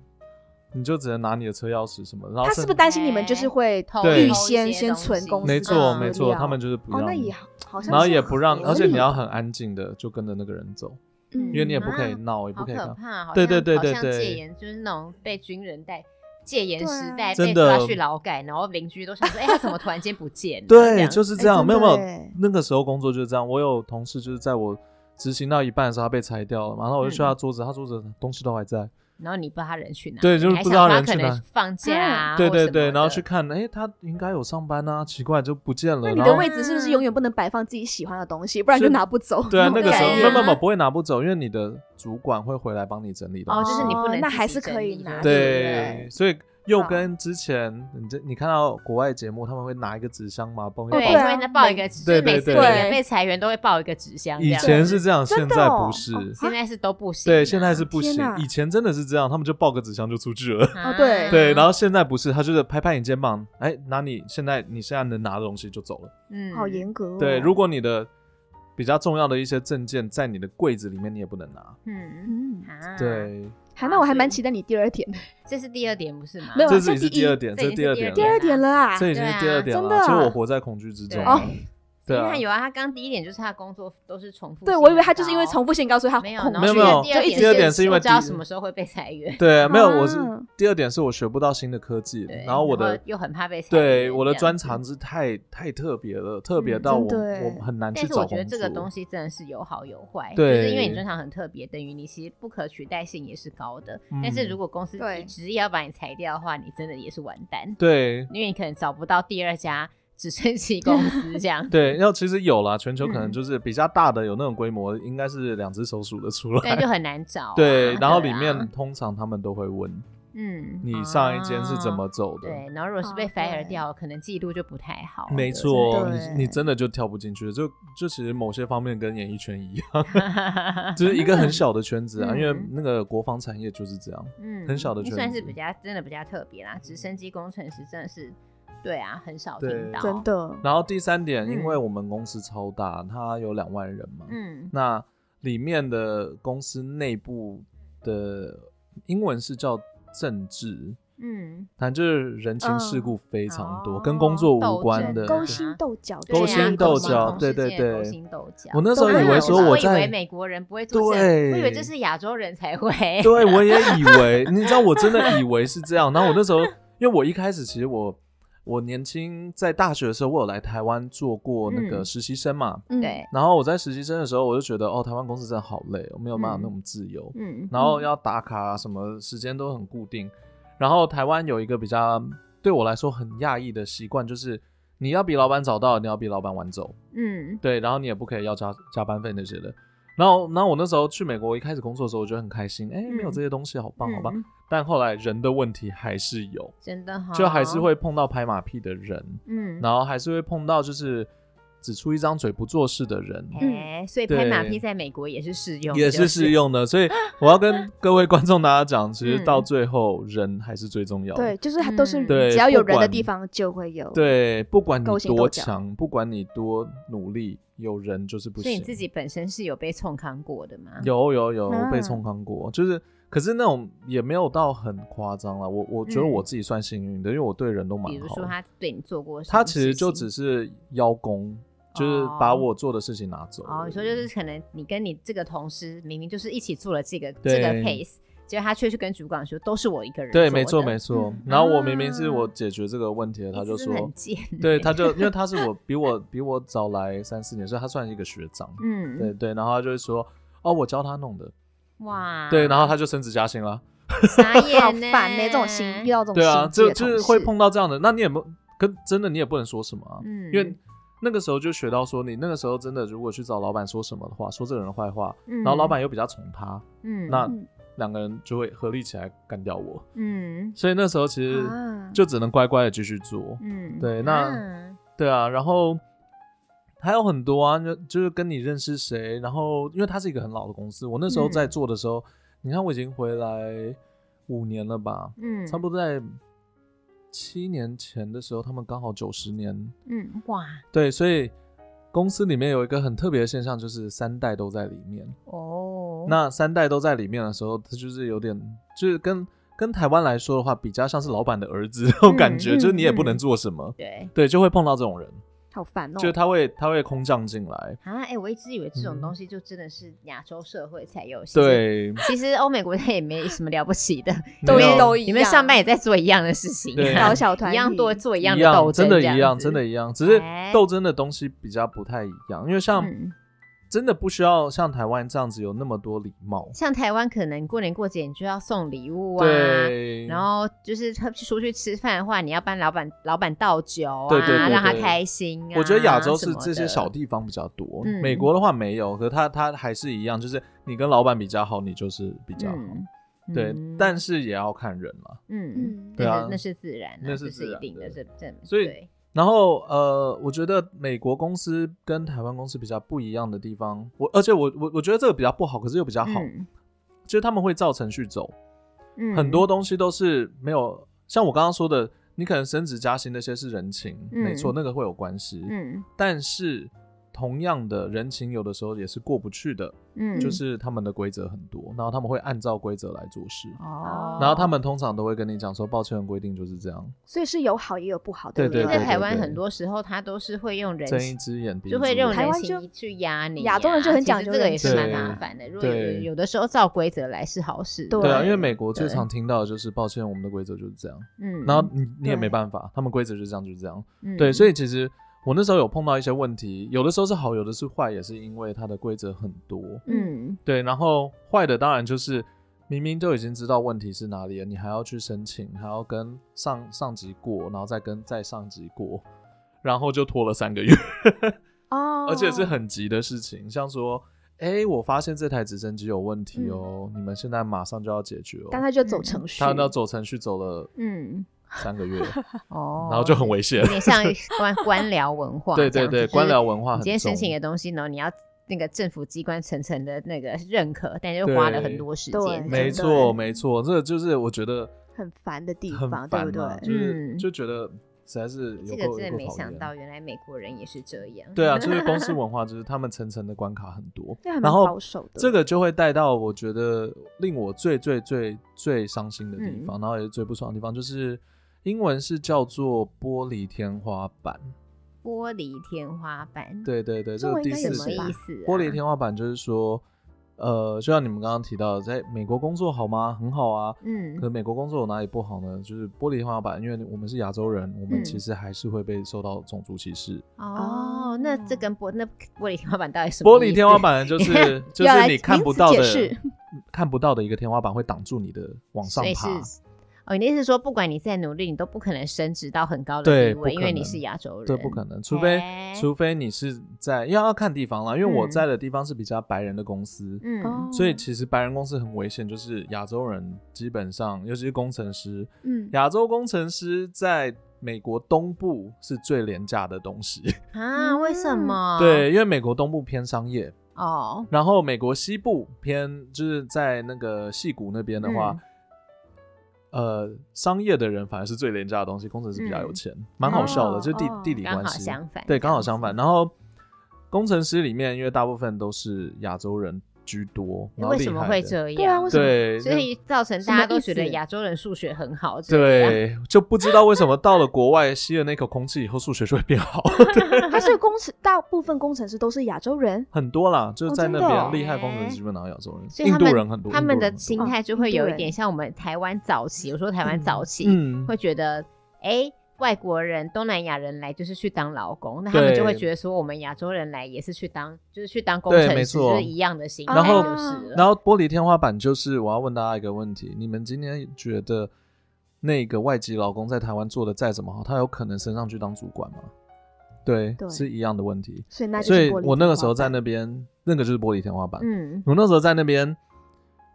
Speaker 3: 你就只能拿你的车钥匙什么的。然
Speaker 1: 他
Speaker 3: 后甚
Speaker 1: 是不是担心你们就是会
Speaker 2: 偷
Speaker 3: 对
Speaker 1: 预
Speaker 2: 偷一
Speaker 1: 先
Speaker 2: 些
Speaker 1: 先
Speaker 2: 东
Speaker 1: 存
Speaker 2: 西
Speaker 1: 公司
Speaker 3: 没
Speaker 1: 的
Speaker 3: 错
Speaker 1: 资
Speaker 3: 没错，
Speaker 1: 料
Speaker 3: 他们就是不
Speaker 1: 哦，
Speaker 3: 让
Speaker 1: 那
Speaker 3: 你
Speaker 1: 也，好好像是
Speaker 3: 然后也不让，
Speaker 1: 合
Speaker 3: 而且你
Speaker 1: 理
Speaker 3: 要
Speaker 1: 的
Speaker 3: 很安静的就跟着那个人走，
Speaker 1: 嗯
Speaker 3: 因为你也不
Speaker 2: 嗯
Speaker 3: 可以
Speaker 2: 啊
Speaker 3: 闹，也不
Speaker 2: 好
Speaker 3: 可以
Speaker 2: 可
Speaker 3: 闹。
Speaker 2: 怕，好
Speaker 3: 对
Speaker 2: 像
Speaker 3: 对
Speaker 2: 好
Speaker 3: 对
Speaker 2: 像
Speaker 3: 对
Speaker 2: 戒严就是那种被军人带戒严
Speaker 1: 对啊
Speaker 2: 时代被
Speaker 3: 真的
Speaker 2: 抓去劳改，然后邻居都想说，哎、他怎么突然间不见了？这
Speaker 3: 对，
Speaker 2: 样
Speaker 3: 就是
Speaker 1: 哎
Speaker 3: 这样，
Speaker 1: 真
Speaker 3: 没有没
Speaker 1: 的
Speaker 3: 有
Speaker 1: 耶，
Speaker 3: 那个时候工作就是这样。我有同事就是在我执行到一半的时候，他被裁掉了嘛，然后我就去
Speaker 2: 嗯
Speaker 3: 他桌子，他桌子东西都还在。
Speaker 2: 然后你不知道他人去哪里，
Speaker 3: 对就是
Speaker 2: 你还
Speaker 3: 不知道
Speaker 2: 想
Speaker 3: 人
Speaker 2: 说他
Speaker 3: 去
Speaker 2: 可
Speaker 3: 哪
Speaker 2: 能放假啊，
Speaker 3: 对
Speaker 2: 或什
Speaker 3: 对
Speaker 2: 么
Speaker 3: 对，然后
Speaker 2: 的
Speaker 3: 去看，哎，他应该有上班啊，奇怪就不见了。
Speaker 1: 那你
Speaker 3: 然
Speaker 1: 的
Speaker 3: 后
Speaker 1: 位置是不是永远不能摆放自己喜欢的东西，不然就拿不走？
Speaker 3: 对啊，那个时候
Speaker 2: 对
Speaker 3: 没
Speaker 2: 啊
Speaker 3: 有没有没有不会拿不走，因为你的主管会回来帮你整理东
Speaker 2: 哦，
Speaker 3: 西。
Speaker 2: 就是你不能
Speaker 1: 哦那
Speaker 2: 自
Speaker 1: 还
Speaker 2: 己
Speaker 1: 是
Speaker 2: 整
Speaker 1: 可以
Speaker 2: 理
Speaker 1: 拿
Speaker 2: 的
Speaker 3: 对，所以又
Speaker 1: 哇
Speaker 3: 跟之前你这你看到国外节目，他们会拿一个纸箱嘛，帮你
Speaker 2: 对
Speaker 1: 哦对
Speaker 2: 对，
Speaker 3: 包
Speaker 1: 啊
Speaker 2: 因为他报一个纸，就
Speaker 3: 对
Speaker 2: 是每
Speaker 3: 对
Speaker 2: 次
Speaker 3: 对
Speaker 2: 每个被裁员都会报一个纸箱这
Speaker 3: 以
Speaker 2: 样，
Speaker 3: 前是这样，
Speaker 1: 真
Speaker 3: 现
Speaker 1: 的
Speaker 3: 在
Speaker 1: 哦
Speaker 3: 不是。
Speaker 1: 哦
Speaker 2: 现在是都不行啊，
Speaker 3: 对，现在是不
Speaker 1: 天
Speaker 3: 行
Speaker 1: 哪。
Speaker 3: 以前真的是这样，他们就抱个纸箱就出去了。
Speaker 2: 啊
Speaker 1: 哦对
Speaker 3: 对，然后现在不是，他就是拍拍你肩膀，哎，拿你现在你现在能拿的东西就走了。
Speaker 2: 嗯
Speaker 1: 好严格哦。
Speaker 3: 对，如果你的比较重要的一些证件在你的柜子里面，你也不能拿。
Speaker 2: 嗯
Speaker 1: 嗯，
Speaker 2: 啊，，
Speaker 3: 对，
Speaker 1: 好，那我还蛮期待你第二点的。
Speaker 2: 这是第二点不是吗？
Speaker 1: 没有啊
Speaker 3: 这
Speaker 1: 这
Speaker 3: 已经
Speaker 1: 第一
Speaker 3: 第二点，
Speaker 2: 这
Speaker 3: 这
Speaker 2: 已经
Speaker 3: 第二
Speaker 2: 是
Speaker 3: 点了，
Speaker 2: 第
Speaker 1: 第
Speaker 2: 二
Speaker 1: 二点了啊，
Speaker 3: 这已经是第二点
Speaker 1: 对啊
Speaker 3: 了，所以我活在恐惧之中
Speaker 2: 对
Speaker 3: 啊。
Speaker 2: 因
Speaker 3: 对
Speaker 2: 为
Speaker 3: 啊
Speaker 2: 他，有啊，他刚第一点就是他的工作都是重复性的
Speaker 1: 对
Speaker 2: 高，
Speaker 1: 我以为他就是因为重复性高，所以他
Speaker 2: 没有，
Speaker 1: 恐
Speaker 2: 然
Speaker 1: 惧
Speaker 2: 后
Speaker 3: 没有没有
Speaker 2: 第二
Speaker 1: 就一
Speaker 2: 点
Speaker 1: 直
Speaker 3: 第二点是因为
Speaker 2: 不知道
Speaker 3: 第一
Speaker 2: 什么时候会被裁员，
Speaker 3: 对，没有，我是
Speaker 1: 啊
Speaker 3: 第二点是我学不到新的科技
Speaker 2: 对，，
Speaker 3: 然后我的
Speaker 2: 又很怕被裁员
Speaker 3: 对我的
Speaker 2: 这
Speaker 3: 专
Speaker 2: 样子
Speaker 3: 长是太太特别了，特别
Speaker 2: 嗯
Speaker 3: 到我
Speaker 1: 真的欸
Speaker 3: 我很难去
Speaker 2: 但是
Speaker 3: 找
Speaker 2: 我
Speaker 3: 工
Speaker 2: 觉得这个
Speaker 3: 作
Speaker 2: 东。西真的是有好有坏，
Speaker 3: 对
Speaker 2: 就是因为你专长很特别，等于你其实不可取代性也是高的。
Speaker 3: 嗯
Speaker 2: 但是如果公司
Speaker 1: 对
Speaker 2: 执意要把你裁掉的话，你真的也是完蛋，
Speaker 3: 对。
Speaker 2: 因为你可能找不到第二家直升机公司这样
Speaker 3: 对，要其实有啦，全球可能
Speaker 2: 嗯
Speaker 3: 就是比较大的有那种规模，应该是两只手数得出
Speaker 2: 但
Speaker 3: 来。
Speaker 2: 就很难找啊、
Speaker 3: 对，然后
Speaker 2: 对
Speaker 3: 里
Speaker 2: 啊
Speaker 3: 面通常他们都会问
Speaker 2: 嗯，
Speaker 3: 你上一间是怎么走
Speaker 2: 啊
Speaker 3: 的，
Speaker 2: 对，然后如果是被
Speaker 1: 哦对
Speaker 2: fire 掉，可能记录就不太好。
Speaker 3: 没
Speaker 1: 真
Speaker 3: 错，
Speaker 1: 的欸
Speaker 3: 你你真的就跳不进去了，就就其实某些方面跟演艺圈一样， 就是一个很小的圈子啊，
Speaker 2: 嗯
Speaker 3: 因为那个国防产业就是这样。
Speaker 2: 嗯
Speaker 3: 很小的圈子
Speaker 2: 算是比较真的比较特别啦。直升机工程师真的是，对啊，很少
Speaker 3: 对
Speaker 2: 听到，
Speaker 1: 真，的
Speaker 3: 然后第三点，
Speaker 2: 嗯
Speaker 3: 因为我们公司超大，它有两万人嘛，
Speaker 2: 嗯，
Speaker 3: 那里面的公司内部的英文是叫政治，
Speaker 2: 嗯，
Speaker 3: 反正就是人情世故非常多，
Speaker 2: 哦
Speaker 3: 跟工作无
Speaker 2: 斗
Speaker 3: 关
Speaker 2: 争
Speaker 3: 的。
Speaker 1: 勾心斗角，
Speaker 2: 对
Speaker 3: 勾
Speaker 2: 啊
Speaker 3: 心斗角
Speaker 2: 同
Speaker 3: 对
Speaker 2: 事
Speaker 3: 对
Speaker 2: 间的勾
Speaker 3: 对
Speaker 2: 心斗角。
Speaker 3: 我那时候
Speaker 1: 斗
Speaker 3: 以
Speaker 1: 争
Speaker 3: 为
Speaker 1: 啊
Speaker 3: 说
Speaker 2: 我以为
Speaker 3: 在
Speaker 2: 美国人不会做这样，
Speaker 3: 对
Speaker 2: 我以为这是亚洲人才会。
Speaker 3: 对，我也以为，你知道，我真的以为是这样。然后我那时候，因为我一开始其实我我年轻在大学的时候，我有来台湾做过那个
Speaker 2: 嗯
Speaker 3: 实习生嘛。
Speaker 1: 嗯
Speaker 2: 对，
Speaker 3: 然后我在实习生的时候，我就觉得哦，台湾公司真的好累，我没有办法
Speaker 2: 嗯
Speaker 3: 那么自由。
Speaker 2: 嗯，
Speaker 3: 然后要打卡，什么时间都很固定。然后台湾有一个比较嗯对我来说很讶异的习惯，就是你要比老板早到，你要比老板晚走，
Speaker 2: 嗯
Speaker 3: 对，然后你也不可以要加加班费那些的。然后，然后我那时候去美国一开始工作的时候，我觉得很开心，哎，没有这些东西，好棒，好棒。
Speaker 2: 嗯
Speaker 3: 但后来人的问题还是有，
Speaker 2: 真的哈，
Speaker 3: 就还是会碰到拍马屁的人，
Speaker 2: 嗯，
Speaker 3: 然后还是会碰到就是只出一张嘴不做事的人，
Speaker 2: 哎，所以拍马屁
Speaker 3: 对
Speaker 2: 在美国也是适用的，
Speaker 3: 也
Speaker 2: 就是
Speaker 3: 适，用的。所以我要跟 各位观众大家讲，其实
Speaker 2: 嗯
Speaker 3: 到最后人还是最重要的。
Speaker 1: 对，就是它都是
Speaker 2: 嗯
Speaker 3: 对
Speaker 1: 只要有
Speaker 3: 不
Speaker 1: 人的
Speaker 3: 管
Speaker 1: 地方就会有。，
Speaker 3: 对不管你
Speaker 1: 勾心
Speaker 3: 多
Speaker 1: 斗角
Speaker 3: 强，不管你多努力，有人就是不
Speaker 2: 所以你
Speaker 3: 行。
Speaker 2: 自己本身是有被冲康过的吗？
Speaker 3: 有有有
Speaker 1: 啊
Speaker 3: 被冲康过，就是可是那种也没有到很夸张了。我我觉得
Speaker 2: 嗯
Speaker 3: 我自己算幸运的，因为我对人都蛮
Speaker 2: 比如
Speaker 3: 好
Speaker 2: 说
Speaker 3: 的。
Speaker 2: 他对你做过什么事情，哦
Speaker 3: 他其实就只是邀功，就是把我做的事情拿走。
Speaker 2: 哦，你说就是可能你跟你这个同事明明就是一起做了这个
Speaker 3: 对
Speaker 2: 这个 case，结果他却去跟主管说都是我一个人
Speaker 3: 对，
Speaker 2: 做
Speaker 3: 没错
Speaker 2: 的
Speaker 3: 没错
Speaker 1: 嗯。
Speaker 3: 然后我明明是
Speaker 2: 啊
Speaker 3: 我解决这个问题的，他
Speaker 2: 哎
Speaker 3: 就
Speaker 2: 这真的
Speaker 3: 说
Speaker 2: 很贱欸，
Speaker 3: 对，他就因为他是我比我比我早来三四年，所以他算是一个学长。
Speaker 2: 嗯
Speaker 3: 对对，然后他就会说哦，我教他弄的。
Speaker 2: 哇，
Speaker 1: 啊
Speaker 3: 对，然后他就升职加薪了。
Speaker 2: 傻
Speaker 1: 好
Speaker 2: 眼呢，嗯
Speaker 1: 烦呢，这种心遇到这种
Speaker 3: 对啊，
Speaker 1: 心机
Speaker 3: 就
Speaker 1: 的
Speaker 3: 就
Speaker 1: 同
Speaker 3: 是会
Speaker 1: 事
Speaker 3: 碰到这样的，那你也不跟真的你也不能说什么啊，
Speaker 2: 嗯
Speaker 3: 因为那个时候就学到说，你那个时候真的如果去找老板说什么的话，说这个人的坏话，
Speaker 2: 然
Speaker 3: 然后老板又比较宠他，
Speaker 2: 嗯
Speaker 3: 那
Speaker 1: 嗯
Speaker 3: 两个人就会合力起来干掉我。
Speaker 2: 嗯
Speaker 3: 所以那时候其实
Speaker 1: 啊
Speaker 3: 就只能乖乖的继续做。
Speaker 2: 嗯
Speaker 3: 对那
Speaker 2: 啊
Speaker 3: 对啊，然后还有很多啊，就就是跟你认识谁，然后因为它是一个很老的公司，我那时候
Speaker 2: 嗯
Speaker 3: 在做的时候，你看我已经回来五年了吧，
Speaker 2: 嗯
Speaker 3: 差不多在七年前的时候，他们刚好九十年，
Speaker 2: 嗯哇
Speaker 3: 对，所以公司里面有一个很特别的现象，就是三代都在里面。
Speaker 2: 哦
Speaker 3: 那三代都在里面的时候，它就是有点，就是跟跟台湾来说的话，比较像是老板的儿子那种感觉，
Speaker 2: 嗯
Speaker 3: 就是你也不
Speaker 2: 嗯
Speaker 3: 能做什么，
Speaker 2: 对
Speaker 3: 对，就会碰到这种人。
Speaker 1: 好烦哦。
Speaker 3: 就是他会他会空降进来，
Speaker 2: 啊哎，我一直以为这种
Speaker 3: 嗯
Speaker 2: 东西就真的是亚洲社会才有，其实
Speaker 3: 对
Speaker 2: 其实欧美国家也没什么了不起的，
Speaker 1: 都
Speaker 3: 没有
Speaker 1: 都一
Speaker 2: 你们
Speaker 1: 样
Speaker 2: 上班也在做一样的事情
Speaker 3: 对
Speaker 2: 啊，
Speaker 1: 搞小团
Speaker 2: 一样
Speaker 1: 体
Speaker 2: 多做一
Speaker 3: 一
Speaker 2: 样的斗
Speaker 3: 真
Speaker 2: 争，
Speaker 3: 的
Speaker 2: 这
Speaker 3: 一样，
Speaker 2: 子
Speaker 3: 真的一样，只是
Speaker 2: 哎
Speaker 3: 斗争的东西比较不太一样，因为像
Speaker 2: 嗯
Speaker 3: 真的不需要像台湾这样子有那么多礼貌，
Speaker 2: 像台湾可能过年过节你就要送礼物啊，
Speaker 3: 对，
Speaker 2: 然后就是他出去吃饭的话，你要帮老板老板倒酒啊，
Speaker 3: 对对对对
Speaker 2: 让他开心啊。
Speaker 3: 我觉得亚洲
Speaker 2: 什
Speaker 3: 是
Speaker 2: 么
Speaker 3: 这些
Speaker 2: 的
Speaker 3: 小地方比较多，
Speaker 2: 嗯
Speaker 3: 美国的话没有，可是他他还是一样，就是你跟老板比较好，你就是比较好，
Speaker 2: 嗯
Speaker 3: 对，
Speaker 2: 嗯
Speaker 3: 但是也要看人嘛。
Speaker 2: 嗯，
Speaker 1: 嗯，
Speaker 3: 对啊
Speaker 2: 那是自然啊，
Speaker 3: 那是
Speaker 2: 这
Speaker 3: 自
Speaker 2: 是一
Speaker 3: 然
Speaker 2: 定的，这
Speaker 3: 对
Speaker 2: 这
Speaker 3: 所以
Speaker 2: 对
Speaker 3: 然后呃，我觉得美国公司跟台湾公司比较不一样的地方，我而且我我我觉得这个比较不好，可是又比较好，
Speaker 2: 嗯
Speaker 3: 就是他们会照程序走，
Speaker 2: 嗯
Speaker 3: 很多东西都是没有，像我刚刚说的，你可能升职加薪那些是人情，
Speaker 2: 嗯
Speaker 3: 没错，那个会有关系。
Speaker 2: 嗯
Speaker 3: 但是同样的人情，有的时候也是过不去的，
Speaker 2: 嗯
Speaker 3: 就是他们的规则很多，然后他们会按照规则来做事，
Speaker 2: 哦，
Speaker 3: 然后他们通常都会跟你讲说，抱歉，规定就是这样，
Speaker 1: 所以是有好也有不好，不
Speaker 3: 对
Speaker 2: 因
Speaker 3: 对
Speaker 2: 为在台湾
Speaker 3: 对
Speaker 2: 很多时候他都是会用人
Speaker 3: 睁一
Speaker 2: 情
Speaker 3: 只眼闭一只
Speaker 2: 就会用
Speaker 3: 眼。
Speaker 1: 台
Speaker 2: 人
Speaker 1: 湾就
Speaker 2: 情去压你呀、
Speaker 1: 亚洲人就很
Speaker 2: 其实
Speaker 1: 讲究
Speaker 2: 这个
Speaker 1: 人
Speaker 2: 也是
Speaker 3: 情
Speaker 2: 蛮
Speaker 3: 对
Speaker 2: 麻烦的。如果有
Speaker 3: 对
Speaker 2: 有的时候照规则来是好事，
Speaker 1: 对
Speaker 3: 对啊，因为美国最
Speaker 2: 对
Speaker 3: 常听到的就是抱歉，我们的规则就是这样，
Speaker 2: 嗯，
Speaker 3: 然后你你也没
Speaker 1: 对
Speaker 3: 办法，他们规则就是这样，就是这样。
Speaker 2: 嗯
Speaker 3: 对，所以其实我那时候有碰到一些问题，有的时候是好，有的是坏，也是因为它的规则很多。
Speaker 2: 嗯
Speaker 3: 对，然后坏的当然就是明明就已经知道问题是哪里了，你还要去申请，还要跟上上级过，然后再跟再上级过，然后就拖了三个月，
Speaker 1: 哦，
Speaker 3: 而且是很急的事情，像说。哎，我发现这台直升机有问题
Speaker 2: 嗯
Speaker 3: 哦，你们现在马上就要解决哦。
Speaker 1: 但他就走程序，
Speaker 3: 他要走程序走了
Speaker 2: 嗯
Speaker 3: 三个月，
Speaker 2: 哦，
Speaker 3: 然后就很危险
Speaker 2: 有。点像官官僚文化这
Speaker 3: 对
Speaker 2: 样子，
Speaker 3: 对对，
Speaker 2: 就是
Speaker 3: 官僚文化
Speaker 2: 你
Speaker 3: 很
Speaker 2: 今天申
Speaker 3: 重。
Speaker 2: 请一个东西，然后你要那个政府机关层层的那个认可，但就花了
Speaker 3: 对
Speaker 2: 很多时
Speaker 1: 对
Speaker 2: 间。
Speaker 3: 没
Speaker 1: 真的
Speaker 3: 错，没错，这就是我觉得
Speaker 1: 很烦的地
Speaker 3: 很
Speaker 1: 方，对
Speaker 3: 烦
Speaker 1: 不对？
Speaker 3: 嘛，就是
Speaker 2: 嗯
Speaker 3: 就觉得实在是有
Speaker 2: 这
Speaker 3: 够
Speaker 2: 个真
Speaker 3: 有
Speaker 2: 的
Speaker 3: 够
Speaker 2: 没
Speaker 3: 讨
Speaker 2: 想
Speaker 3: 厌
Speaker 2: 到，原来美国人也是这样。
Speaker 3: 对啊，就是公 司文化，就是他们层层的关卡很多
Speaker 1: 这还，蛮
Speaker 3: 然
Speaker 1: 保
Speaker 3: 后
Speaker 1: 守的。
Speaker 3: 这个就会带到我觉得令我最最最最伤心的
Speaker 2: 嗯
Speaker 3: 地方，然后也是最不爽的地方，就是英文是叫做玻璃天花板。
Speaker 2: 玻璃天花板，，
Speaker 3: 对对对，这
Speaker 1: 中
Speaker 3: 个
Speaker 1: 文应
Speaker 3: 第
Speaker 1: 该
Speaker 3: 四
Speaker 2: 什
Speaker 1: 也是
Speaker 3: 题
Speaker 2: 么
Speaker 1: 吧
Speaker 2: 意思啊？
Speaker 3: 玻璃天花板就是说，呃，就像你们刚刚提到的，在美国工作好吗？很好啊。可
Speaker 2: 嗯，
Speaker 3: 美国工作有哪里不好呢？就是玻璃天花板，因为我们是亚洲人，我们
Speaker 2: 嗯
Speaker 3: 其实还是会被受到种族歧视。
Speaker 2: 哦，那这跟玻那玻璃天花板到底什么？
Speaker 3: 玻璃天花，板就是 就
Speaker 1: 要
Speaker 3: 是
Speaker 1: 来
Speaker 3: 你看
Speaker 1: 名
Speaker 3: 不
Speaker 1: 词
Speaker 3: 到
Speaker 1: 解
Speaker 3: 的
Speaker 1: 释，
Speaker 3: 看不到的一个天花板会挡住你的往上
Speaker 2: 所以是
Speaker 3: 爬。
Speaker 2: 哦，你的意思是说，不管你再努力，你都不可能升职到很高的
Speaker 3: 对
Speaker 2: 地位，
Speaker 3: 不
Speaker 2: 因
Speaker 3: 可
Speaker 2: 为你
Speaker 3: 能
Speaker 2: 是亚洲人，
Speaker 3: 这不可能，除非
Speaker 2: 哎
Speaker 3: 除非你是在要要看地方啦，因为我
Speaker 2: 嗯
Speaker 3: 在的地方是比较白人的公司，
Speaker 1: 哦
Speaker 2: 嗯，
Speaker 3: 所以其实白人公司很危险，就是亚洲人基本上，尤其是工程师，
Speaker 1: 嗯，
Speaker 3: 亚洲工程师在美国东部是最廉价的东西。
Speaker 2: 啊，为什
Speaker 1: 嗯
Speaker 2: 么？
Speaker 3: 对，因为美国东部偏商业，
Speaker 2: 哦，
Speaker 3: 然后美国西部偏就是在那个戏谷那边的话。
Speaker 2: 嗯
Speaker 3: 呃，商业的人反而是最廉价的东西，工程师比较有钱，蛮、好笑的，
Speaker 1: 哦
Speaker 3: 就地、
Speaker 1: 哦
Speaker 3: 地理
Speaker 2: 刚
Speaker 3: 关
Speaker 2: 好
Speaker 3: 系。
Speaker 2: 相反，
Speaker 3: 对，
Speaker 2: 这
Speaker 3: 刚好
Speaker 2: 样
Speaker 3: 相
Speaker 2: 子
Speaker 3: 反。然后工程师里面，因为大部分都是亚洲人居多，然后
Speaker 2: 为
Speaker 3: 厉
Speaker 2: 什么
Speaker 3: 害
Speaker 2: 会
Speaker 3: 的
Speaker 2: 这样？
Speaker 1: 对啊为什么
Speaker 3: 对，
Speaker 2: 所
Speaker 3: 那
Speaker 2: 以造成
Speaker 1: 什
Speaker 2: 大
Speaker 1: 么
Speaker 2: 家都
Speaker 1: 意
Speaker 2: 觉得
Speaker 1: 思
Speaker 2: 亚洲人数学很好之类的，
Speaker 3: 对就不知道为什么到了国外吸了那口空气以后，数学就会变 好，对，
Speaker 1: 他是啊工程，大部分工程师都是亚洲人，
Speaker 3: 很多啦，就是
Speaker 1: 哦
Speaker 3: 在
Speaker 1: 真
Speaker 3: 那
Speaker 1: 的
Speaker 3: 边、
Speaker 1: 哦
Speaker 3: 厉害工程师基本上亚洲人，
Speaker 2: 所以
Speaker 3: 印
Speaker 2: 他
Speaker 3: 度
Speaker 2: 们
Speaker 3: 人很多，
Speaker 2: 他
Speaker 3: 印
Speaker 2: 们
Speaker 3: 度
Speaker 2: 的
Speaker 3: 人很多
Speaker 2: 心
Speaker 1: 哦
Speaker 2: 态就会有一
Speaker 1: 印度
Speaker 2: 点
Speaker 1: 人
Speaker 2: 像我们台湾早期，我说台湾早期、
Speaker 3: 嗯，
Speaker 2: 会觉得，哎、外国人、东南亚人来就是去当劳工，那他们
Speaker 3: 对
Speaker 2: 就会觉得说，我们亚洲人来也是去当，就是去当工
Speaker 3: 对
Speaker 2: 程
Speaker 3: 没
Speaker 2: 师，
Speaker 3: 错
Speaker 2: 就是一样的心态
Speaker 3: 然后
Speaker 2: 就是了。
Speaker 3: 然后玻璃天花板就是我要问大家一个问题：你们今天觉得那个外籍劳工在台湾做的再怎么好，他有可能升上去当主管吗？对，
Speaker 1: 对
Speaker 3: 是一样的问题。
Speaker 1: 所以那就
Speaker 3: 所
Speaker 1: 是
Speaker 3: 以
Speaker 1: 玻璃
Speaker 3: 我那个时候
Speaker 1: 天
Speaker 3: 在
Speaker 1: 花板
Speaker 3: 那边，那个就是玻璃天花板。
Speaker 2: 嗯，
Speaker 3: 我那时候在那边，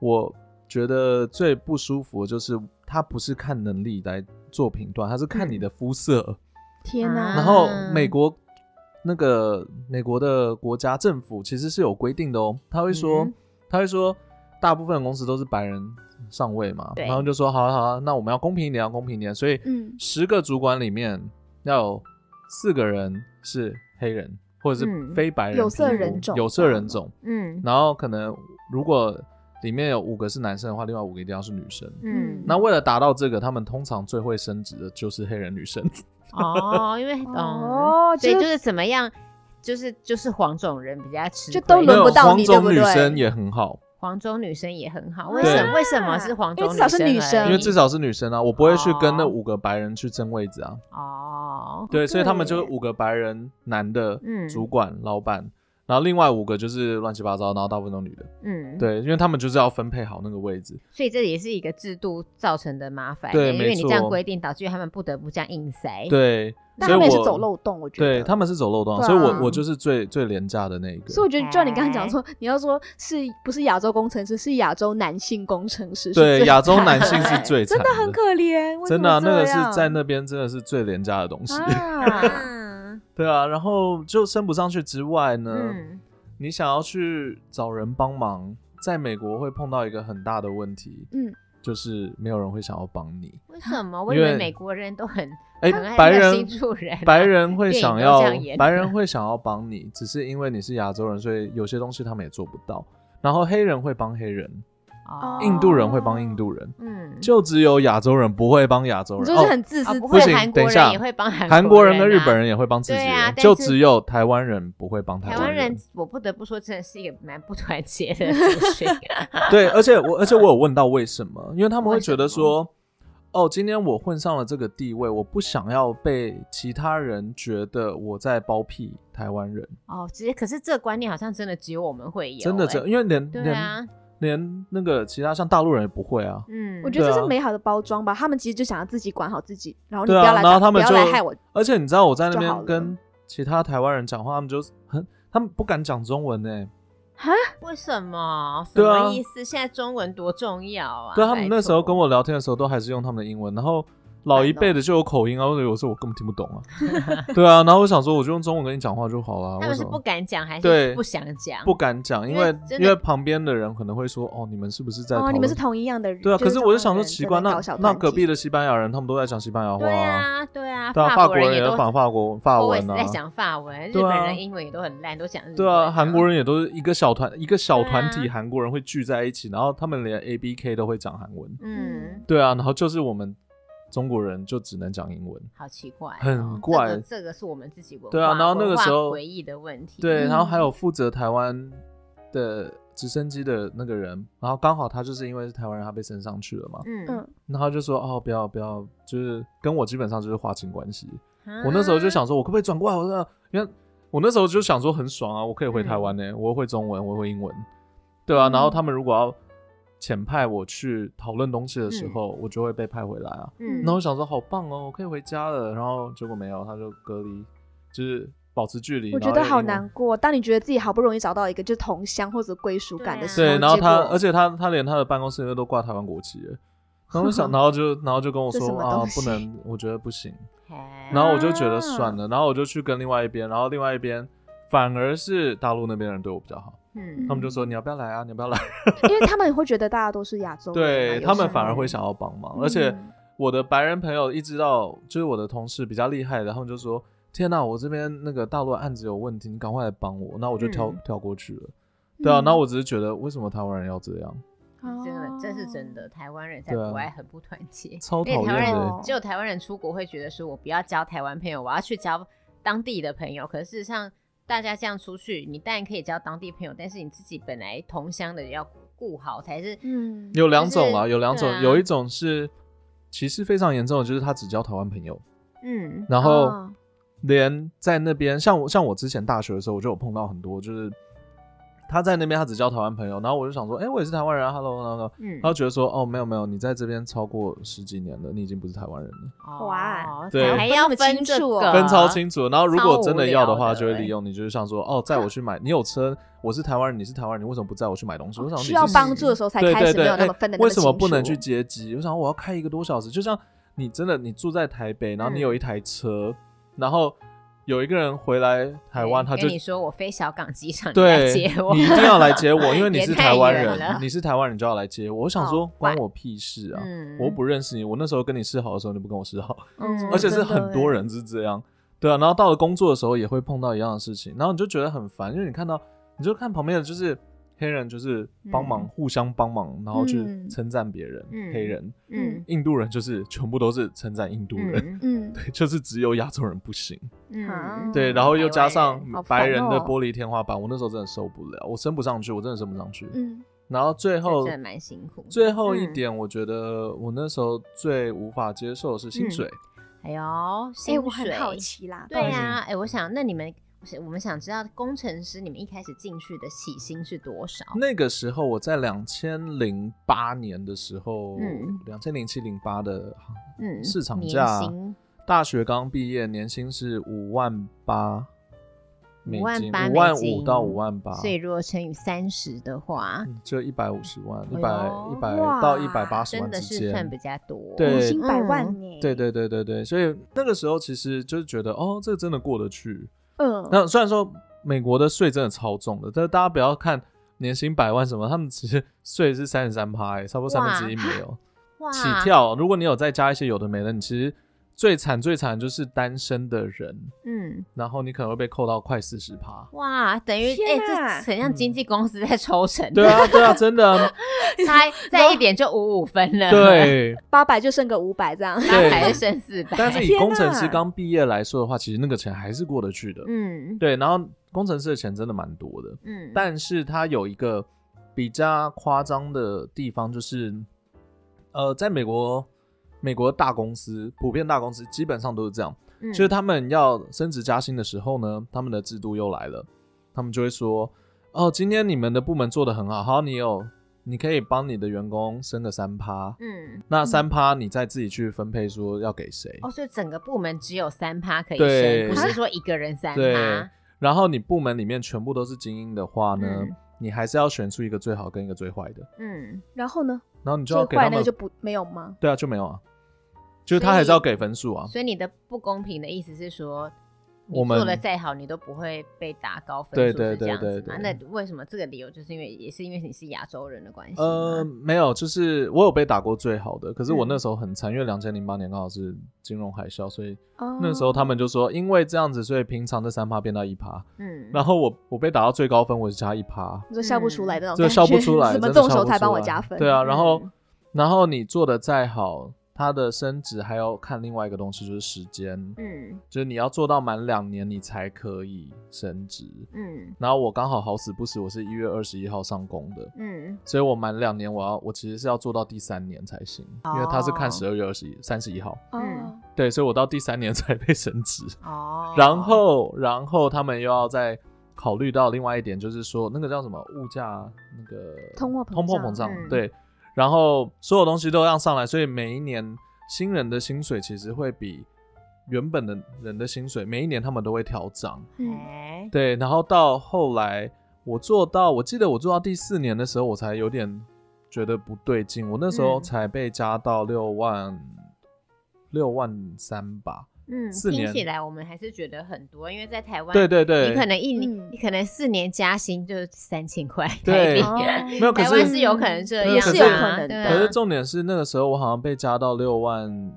Speaker 3: 我觉得最不舒服的就是他不是看能力来做评断，他是看
Speaker 1: 嗯
Speaker 3: 你的肤色。
Speaker 1: 天哪、
Speaker 3: 嗯然后
Speaker 2: 啊
Speaker 3: 美国那个美国的国家政府其实是有规定的哦，他会说、
Speaker 2: 嗯
Speaker 3: 他会说大部分公司都是白人上位嘛，
Speaker 2: 对
Speaker 3: 然后就说好啊好啊，那我们要公平一点，要公平一点，所以
Speaker 1: 嗯
Speaker 3: 十个主管里面要有四个人是黑人或者是
Speaker 2: 嗯
Speaker 3: 非白人、
Speaker 1: 有色人种
Speaker 3: 有色人种，
Speaker 2: 嗯
Speaker 3: 然后可能如果里面有五个是男生的话，另外五个一定要是女生。
Speaker 2: 嗯，
Speaker 3: 那为了达到这个，他们通常最会升职的就是黑人女生。
Speaker 2: 哦，因为哦，
Speaker 1: 哦，
Speaker 2: 所以
Speaker 1: 就
Speaker 2: 就是怎么样，就是就是黄种人比较吃亏，
Speaker 1: 就都
Speaker 3: 没
Speaker 1: 轮
Speaker 3: 有
Speaker 1: 不到
Speaker 3: 黄
Speaker 1: 你
Speaker 3: 种
Speaker 1: 对不
Speaker 3: 女
Speaker 1: 对
Speaker 3: 生也很好，
Speaker 2: 黄种女生也很好，
Speaker 1: 啊
Speaker 2: 为什么为什么是黄
Speaker 1: 因
Speaker 2: 种
Speaker 1: 为至少是
Speaker 2: 女
Speaker 1: 女生
Speaker 2: 而已
Speaker 3: 因为至少是女生啊，我不会去跟那
Speaker 2: 哦
Speaker 3: 五个白人去争位置啊。
Speaker 2: 哦，
Speaker 3: 对，所以他们
Speaker 1: 对
Speaker 3: 就是五个白人男的
Speaker 2: 嗯
Speaker 3: 主管、老板，然后另外五个就是乱七八糟，然后大部分都女的。
Speaker 2: 嗯，，
Speaker 3: 对，因为他们就是要分配好那个位置。
Speaker 2: 所以这也是一个制度造成的麻烦，
Speaker 3: 对
Speaker 2: 因
Speaker 3: 没
Speaker 2: 为你这样
Speaker 3: 错
Speaker 2: 规定，导致他们不得不这样硬塞，，
Speaker 3: 对，
Speaker 1: 但
Speaker 3: 所以
Speaker 1: 他们也
Speaker 3: 我
Speaker 1: 是走漏洞，我觉得。
Speaker 3: 对，他们是走漏洞
Speaker 1: 对
Speaker 3: 啊，
Speaker 1: 啊
Speaker 3: 所以我我就是最最廉价的那一个。
Speaker 1: 所以我觉得，就你刚才讲说，
Speaker 3: 哎
Speaker 1: 你要说是不是亚洲工程师，是亚洲男性工程师，是
Speaker 3: 对，
Speaker 1: 最
Speaker 3: 亚洲男性
Speaker 1: 惨
Speaker 3: 是
Speaker 1: 的
Speaker 3: 最惨
Speaker 1: 真的很可怜，为什
Speaker 3: 真的
Speaker 1: 么
Speaker 3: 啊、那个
Speaker 1: 这样
Speaker 3: 是在那边真的是最廉价的东西。
Speaker 2: 嗯
Speaker 1: 啊，
Speaker 3: 对啊，然后就升不上去之外呢，
Speaker 2: 嗯，
Speaker 3: 你想要去找人帮忙，在美国会碰到一个很大的问题，
Speaker 1: 嗯，
Speaker 3: 就是没有人会想要帮你。
Speaker 2: 为什么？我以
Speaker 3: 因为
Speaker 2: 为美国人都很
Speaker 3: 哎、
Speaker 2: 很爱
Speaker 3: 白
Speaker 2: 热
Speaker 3: 人
Speaker 2: 心助人啊
Speaker 3: 白人会想要
Speaker 2: 电影都这样演
Speaker 3: 白 人会想要帮你，只是因为你是亚洲人，所以有些东西他们也做不到。然后黑人会帮黑人，
Speaker 2: 哦
Speaker 3: 印度人会帮印度人，
Speaker 2: 嗯，
Speaker 3: 就只有亚洲人不会帮亚洲
Speaker 1: 你
Speaker 3: 人。
Speaker 1: 就是
Speaker 3: 哦，
Speaker 1: 很自私
Speaker 2: 哦，不
Speaker 3: 不
Speaker 2: 会
Speaker 3: 行
Speaker 2: 韩
Speaker 3: 等一
Speaker 2: 国人
Speaker 3: 下
Speaker 2: 也会帮韩
Speaker 3: 韩
Speaker 2: 国
Speaker 3: 国人跟日本
Speaker 2: 人啊
Speaker 3: 人也会帮自己
Speaker 2: 对啊
Speaker 3: 人，
Speaker 2: 但
Speaker 3: 就是只有台湾人不会帮
Speaker 2: 啊。台
Speaker 3: 湾
Speaker 2: 湾人，我不得不说，真的是一个蛮不团结的族群。啊
Speaker 3: 对，而且我而且我有问到为什么，因为他们会觉得
Speaker 2: 为什么
Speaker 3: 说，哦，今天我混上了这个地位，我不想要被其他人觉得我在包庇台湾人，
Speaker 2: 哦，其实可是这个观念好像真的只有我们会有、
Speaker 3: 真的
Speaker 2: 哎
Speaker 3: 这，因为连、
Speaker 2: 对啊，
Speaker 3: 连连那个其他像大陆人也不会啊，
Speaker 2: 嗯，
Speaker 1: 我觉得这
Speaker 3: 对
Speaker 1: 是
Speaker 3: 啊
Speaker 1: 美好的包装吧，他们其实就想要自己管好自己，然后你不
Speaker 3: 对啊
Speaker 1: 要来打，
Speaker 3: 然后他们
Speaker 1: 不要来
Speaker 3: 就
Speaker 1: 害我，
Speaker 3: 而且你知道我在那
Speaker 1: 就好了
Speaker 3: 边跟其他台湾人讲话，他们就很他们不敢讲中文欸呢、
Speaker 2: 为什么？什
Speaker 3: 对啊
Speaker 2: 么意思？现在中文多重要啊！
Speaker 3: 对他们
Speaker 2: 拜
Speaker 3: 那时候
Speaker 2: 托
Speaker 3: 跟我聊天的时候，都还是用他们的英文，然后老一辈的就有口音啊，或者有时候我根本听不懂 啊，对啊，然后我想说我就用中文跟你讲话就好了，
Speaker 2: 他
Speaker 3: 为
Speaker 2: 们
Speaker 3: 什
Speaker 2: 是
Speaker 3: 么
Speaker 2: 不敢讲还是
Speaker 3: 对
Speaker 2: 不想讲？
Speaker 3: 不敢讲，因
Speaker 2: 因为
Speaker 3: 为
Speaker 2: 真的
Speaker 3: 因为旁边的人可能会说，哦，你们是不是在讨
Speaker 1: 哦，
Speaker 3: 论
Speaker 1: 你们是同一样的人，
Speaker 3: 对啊，可是我就想说奇怪，那那隔壁
Speaker 1: 的
Speaker 3: 的西班牙人他们都在讲西班牙话
Speaker 2: 对，啊，对啊，
Speaker 3: 对啊，
Speaker 2: 法
Speaker 3: 法国
Speaker 2: 人
Speaker 3: 人
Speaker 2: 也
Speaker 3: 也
Speaker 2: 都
Speaker 3: 在讲法国法文
Speaker 2: always
Speaker 3: 啊
Speaker 2: 在，讲法文，日
Speaker 3: 对啊
Speaker 2: 本人英文也都很烂，都讲日文。
Speaker 3: 对啊，韩国人也都是一个小团一个小团
Speaker 2: 对
Speaker 3: 体，
Speaker 2: 啊
Speaker 3: 韩国人会聚在一起，然后他们连 A B K 都会讲韩文，
Speaker 2: 嗯，
Speaker 3: 对啊，然后就是我们中国人就只能讲英文，
Speaker 2: 好奇怪哦，
Speaker 3: 很怪
Speaker 2: 这个这个是我们
Speaker 3: 啊
Speaker 2: 自己文化
Speaker 3: 对啊然后那个时候
Speaker 2: 文化回忆的问题。
Speaker 3: 对，
Speaker 1: 嗯
Speaker 3: 然后还有负责台湾的直升机的那个人，然后刚好他就是因为是台湾人，他被升上去了嘛，
Speaker 2: 嗯，
Speaker 1: 嗯，
Speaker 3: 那他就说哦不要不要，就是跟我基本上就是划清关系。
Speaker 2: 啊
Speaker 3: 嗯我那时候就，想说，我可不可以转过来？我说，因为我那时候就想说很爽啊，我可以回台湾呢、
Speaker 2: 嗯
Speaker 3: 我会中文，我会英文，对啊。然后他们如果要遣派我去讨论东西的时候，我就会被派回来啊。
Speaker 2: 嗯
Speaker 3: 那我想说，好棒哦，我可以回家了。然后结果没有，他就隔离，就是保持距离。
Speaker 1: 我觉
Speaker 3: 然后
Speaker 1: 得
Speaker 3: 又
Speaker 1: 好
Speaker 3: 英文
Speaker 1: 难。过。当你觉得自己好不容易找到一个就是同乡或者归属感的时候，
Speaker 3: 对，然后
Speaker 1: 结
Speaker 3: 他，
Speaker 1: 果
Speaker 3: 而且他他连他的办公室里面都挂台湾国旗耶，然后 我想，然后就然后就跟我
Speaker 1: 这什
Speaker 3: 说
Speaker 1: 么
Speaker 3: 啊
Speaker 1: 东，西啊
Speaker 3: 不能，我觉得不行。
Speaker 2: 嘿
Speaker 3: 然后我就觉得算了，然后我就去跟另外一边，然后另外一边反而是大陆那边的人对我比较好，
Speaker 2: 嗯
Speaker 3: 他们就说你要不要来啊，你要不要来？
Speaker 1: 因为他们会觉得大家都是亚洲人啊，
Speaker 3: 对
Speaker 1: 有
Speaker 3: 他
Speaker 1: 时
Speaker 3: 们
Speaker 1: 候
Speaker 3: 反而会想要帮忙，而且
Speaker 1: 嗯
Speaker 3: 我的白人朋友一知道就是我的同事比较厉害的，他们就说天哪，我这边那个大陆的案子有问题，你赶快来帮我，那我就跳
Speaker 2: 嗯
Speaker 3: 跳过去了。对啊，
Speaker 1: 嗯
Speaker 3: 那我只是觉得为什么台湾人要这样？
Speaker 2: 真的，这是真。
Speaker 1: 哦
Speaker 2: 的。台湾人在
Speaker 3: 嗯对啊
Speaker 2: 国外很不团结，
Speaker 3: 超
Speaker 2: 因为
Speaker 3: 讨
Speaker 2: 台湾
Speaker 3: 厌
Speaker 2: 人
Speaker 3: 的
Speaker 1: 哦
Speaker 2: 只有台湾人出国会觉得说，我不要交台湾朋友，我要去交当地的朋友。可是事实上，大家这样出去，你当然可以交当地朋友，但是你自己本来同乡的要顾好才是。
Speaker 1: 嗯，
Speaker 3: 有两种
Speaker 2: 就
Speaker 3: 啦，
Speaker 2: 是
Speaker 3: 有两种
Speaker 2: 对，啊
Speaker 3: 有一种是歧视非常严重的，就是他只交台湾朋友，
Speaker 2: 嗯，
Speaker 3: 然后
Speaker 1: 哦
Speaker 3: 连在那边，像我像我之前大学的时候，我就有碰到很多，就是他在那边他只交台湾朋友，然后我就想说，哎、我也是台湾人啊，hello hello，
Speaker 2: 嗯
Speaker 3: 他就觉得说，哦，没有没有，你在这边超过十几年了，你已经不是台湾人了，
Speaker 2: 哇，
Speaker 3: 对
Speaker 2: 还哦要分这
Speaker 1: 哦啊
Speaker 2: 个
Speaker 3: 分超清楚了。然后如果真的要的话，
Speaker 2: 超
Speaker 3: 就
Speaker 2: 无聊
Speaker 3: 会
Speaker 2: 的
Speaker 1: 欸
Speaker 3: 利用你，就是想说，哦，载我去买，你有车，我是台湾人，你是台湾人，你为什么不载我去买东西？我想你
Speaker 1: 需要
Speaker 3: 是
Speaker 1: 帮助的时候才
Speaker 3: 对
Speaker 1: 开
Speaker 3: 对
Speaker 1: 始没
Speaker 3: 对，
Speaker 1: 有那
Speaker 3: 哎
Speaker 1: 么分的那
Speaker 3: 为
Speaker 1: 么
Speaker 3: 什么
Speaker 1: 清
Speaker 3: 不能
Speaker 1: 楚
Speaker 3: 去接机？我想我要开一个多小时，就像你真的你住在台北，然后你
Speaker 2: 嗯
Speaker 3: 有一台车，然后有一个人回来台
Speaker 1: 哎
Speaker 3: 湾，他就
Speaker 2: 跟你说我飞小港机场，你来
Speaker 3: 对
Speaker 2: 接我，
Speaker 3: 你一定要来 接我，因为你
Speaker 2: 也
Speaker 3: 是
Speaker 2: 太
Speaker 3: 台湾
Speaker 2: 远
Speaker 3: 人
Speaker 2: 了，
Speaker 3: 你是台湾人就要来接我。我
Speaker 1: 哦
Speaker 3: 想说
Speaker 2: 好
Speaker 3: 关我屁事啊！
Speaker 2: 嗯
Speaker 3: 我又不认识你，我那时候跟你示好的时候你不跟我示好，
Speaker 2: 嗯
Speaker 3: 而且是
Speaker 1: 真的
Speaker 3: 很多
Speaker 1: 欸
Speaker 3: 人是这样，对啊。然后到了工作的时候也会碰到一样的事情，然后你就觉得很烦，因为你看到你就看旁边的就是黑人，就是帮忙、
Speaker 2: 嗯
Speaker 3: 互相帮忙，然后去
Speaker 1: 嗯
Speaker 3: 称赞别人，
Speaker 2: 嗯
Speaker 3: 黑人。
Speaker 2: 嗯
Speaker 3: 印度人就是全部都是称赞印度人，
Speaker 2: 嗯
Speaker 1: 嗯，
Speaker 3: 对， 就是只有亚洲人不行。
Speaker 2: 嗯，
Speaker 3: 对，然
Speaker 1: 哎
Speaker 3: 后又加上
Speaker 1: 好烦
Speaker 3: 白人的
Speaker 1: 哦
Speaker 3: 玻璃天花板，我那时候真的受不了，我升不上去，我真的升不上去。
Speaker 1: 嗯
Speaker 3: 然后最
Speaker 2: 台湾人
Speaker 3: 后
Speaker 2: 这真的蛮辛苦，
Speaker 3: 最后一
Speaker 2: 嗯
Speaker 3: 点，我觉得我那时候最无法接受的是薪
Speaker 2: 嗯
Speaker 3: 水。
Speaker 2: 哎呦，
Speaker 1: 哎、
Speaker 2: 薪
Speaker 1: 我很
Speaker 2: 水
Speaker 1: 好奇啦，
Speaker 2: 对
Speaker 1: 到底
Speaker 2: 呀、哎、我想，那你们，我想我们想知道工程师，你们一开始进去的起薪是多少？
Speaker 3: 那个时候我在两千零八年的时候
Speaker 2: 嗯，
Speaker 3: 两千零七零八的
Speaker 2: 嗯，
Speaker 3: 市场
Speaker 2: 年
Speaker 3: 价
Speaker 2: 薪
Speaker 3: 大学刚毕业，年薪是五万八美金，
Speaker 2: 58,000
Speaker 3: 五万
Speaker 2: 美金
Speaker 3: 五到五万八，
Speaker 2: 所以如果乘以三十的话，
Speaker 3: 啊嗯就一百五十万，一
Speaker 2: 哎
Speaker 3: 百
Speaker 2: 呦
Speaker 3: 一百
Speaker 1: 哇
Speaker 3: 到一百八十
Speaker 2: 真
Speaker 3: 万
Speaker 2: 的
Speaker 3: 之
Speaker 2: 是算比
Speaker 3: 间。
Speaker 2: 较多。
Speaker 3: 对
Speaker 1: 年薪百万
Speaker 2: 嗯
Speaker 1: 呢、
Speaker 3: 对，对对对对，所以那个时候其实就是觉得，哦，这真的过得去。
Speaker 1: 嗯，
Speaker 3: 那虽然说美国的税真的超重的，但是大家不要看年薪百万什么，他们其实税是三十三趴，欸差不多三分之一
Speaker 2: 哇
Speaker 3: 没有
Speaker 2: 哇，
Speaker 3: 起跳。如果你有再加一些有的没的，你其实最惨最惨就是单身的人，
Speaker 2: 嗯，
Speaker 3: 然后你可能会被扣到快四十 趴。
Speaker 2: 哇，等于哎、
Speaker 1: 天哪
Speaker 2: 这很像经纪公司在抽成，
Speaker 3: 嗯对啊，对啊，真的啊，
Speaker 2: 差再一点就五五分了，，
Speaker 3: 对。
Speaker 1: 八百就剩个五百这样，
Speaker 2: 八
Speaker 3: 对
Speaker 2: 百就剩四百，
Speaker 3: 但是以
Speaker 1: 天
Speaker 3: 工程师
Speaker 1: 哪
Speaker 3: 刚毕业来说的话，其实那个钱还是过得去的。
Speaker 2: 嗯
Speaker 3: 对，然后工程师的钱真的蛮多的，
Speaker 2: 嗯，
Speaker 3: 但是它有一个比较夸张的地方，就是呃，在美国，美国大公司普遍大公司基本上都是这样，
Speaker 2: 嗯
Speaker 3: 就是他们要升职加薪的时候呢，他们的制度又来了，他们就会说，哦，今天你们的部门做得很好，好，你有。你可以帮你的员工升个三趴，
Speaker 2: 嗯。
Speaker 3: 那三趴你再自己去分配，说要给谁。
Speaker 2: 哦，所以整个部门只有三趴可以
Speaker 3: 对
Speaker 2: 升，不是说一个人三
Speaker 3: 对
Speaker 2: 趴。
Speaker 3: 然后你部门里面全部都是精英的话呢，
Speaker 2: 嗯
Speaker 3: 你还是要选出一个最好跟一个最坏的，
Speaker 2: 嗯，
Speaker 1: 然后呢，
Speaker 3: 然后你就
Speaker 1: 最
Speaker 3: 要给他
Speaker 1: 坏那
Speaker 3: 们
Speaker 1: 个就不没有吗？
Speaker 3: 对啊，就没有啊，就是
Speaker 2: 所
Speaker 3: 他
Speaker 2: 以
Speaker 3: 还是要给分数啊。
Speaker 2: 所以你的不公平的意思是说，你
Speaker 3: 我们
Speaker 2: 做的再好，你都不会被打高分数，
Speaker 3: 对对
Speaker 2: 是这样子
Speaker 3: 对对
Speaker 2: 吗？那
Speaker 3: 对
Speaker 2: 为什么这个理由就是因为也是因为你是亚洲人的关系
Speaker 3: 呃，
Speaker 2: 吗？
Speaker 3: 没有，就是我有被打过最好的，可是我
Speaker 2: 嗯
Speaker 3: 那时候很惨，因为两千零八年刚好是金融海啸，所以
Speaker 1: 哦
Speaker 3: 那时候他们就说，因为这样子，所以平常的三趴变到一趴，
Speaker 2: 嗯，
Speaker 3: 然后我我被打到最高分，我是加一趴，
Speaker 1: 你说笑不出来的那种
Speaker 3: 这
Speaker 1: 哦感觉，
Speaker 3: 笑不出来，啊
Speaker 1: 怎么
Speaker 3: 真的
Speaker 1: 动
Speaker 3: 笑
Speaker 1: 手
Speaker 3: 不
Speaker 1: 才
Speaker 3: 出
Speaker 1: 帮我
Speaker 3: 来
Speaker 1: 加分？
Speaker 3: 对啊，然后
Speaker 2: 嗯
Speaker 3: 然后你做的再好，它的升值还要看另外一个东西，就是时间，
Speaker 2: 嗯
Speaker 3: 就是你要做到满两年你才可以升职。
Speaker 2: 嗯
Speaker 3: 然后我刚好好死不死，我是一月二十一号上工的，
Speaker 2: 嗯，
Speaker 3: 所以我满两年，我要我其实是要做到第三年才行，因为他是看十二月二十一、三十一号，
Speaker 1: 哦
Speaker 2: 嗯，
Speaker 3: 对，所以我到第三年才被升职。
Speaker 2: 哦，
Speaker 3: 然后，然后他们又要再考虑到另外一点，就是说那个叫什么物价那个
Speaker 1: 通货膨胀
Speaker 3: 通货膨胀，
Speaker 2: 嗯
Speaker 3: 对。然后所有东西都要上来，所以每一年新人的薪水其实会比原本的人的薪水，每一年他们都会调涨。
Speaker 1: 嗯，
Speaker 2: 哎，
Speaker 3: 对，然后到后来我做到，我记得我做到第四年的时候，我才有点觉得不对劲，我那时候
Speaker 2: 嗯
Speaker 3: 才被加到六万六万三吧，
Speaker 2: 嗯，
Speaker 3: 四
Speaker 2: 听
Speaker 3: 年
Speaker 2: 起来我们还是觉得很多，因为在台湾，
Speaker 3: 对对对，
Speaker 2: 你可能一
Speaker 1: 嗯
Speaker 2: 年，你可能四年加薪就是三千块台币，
Speaker 3: 对
Speaker 1: 哦
Speaker 3: 没有可
Speaker 2: 台
Speaker 3: 是
Speaker 2: 湾是有可能这
Speaker 3: 对
Speaker 2: 样的啊，
Speaker 3: 可是
Speaker 1: 可
Speaker 2: 对
Speaker 1: 能
Speaker 2: 啊
Speaker 3: 可是重点是那个时候我好像被加到六万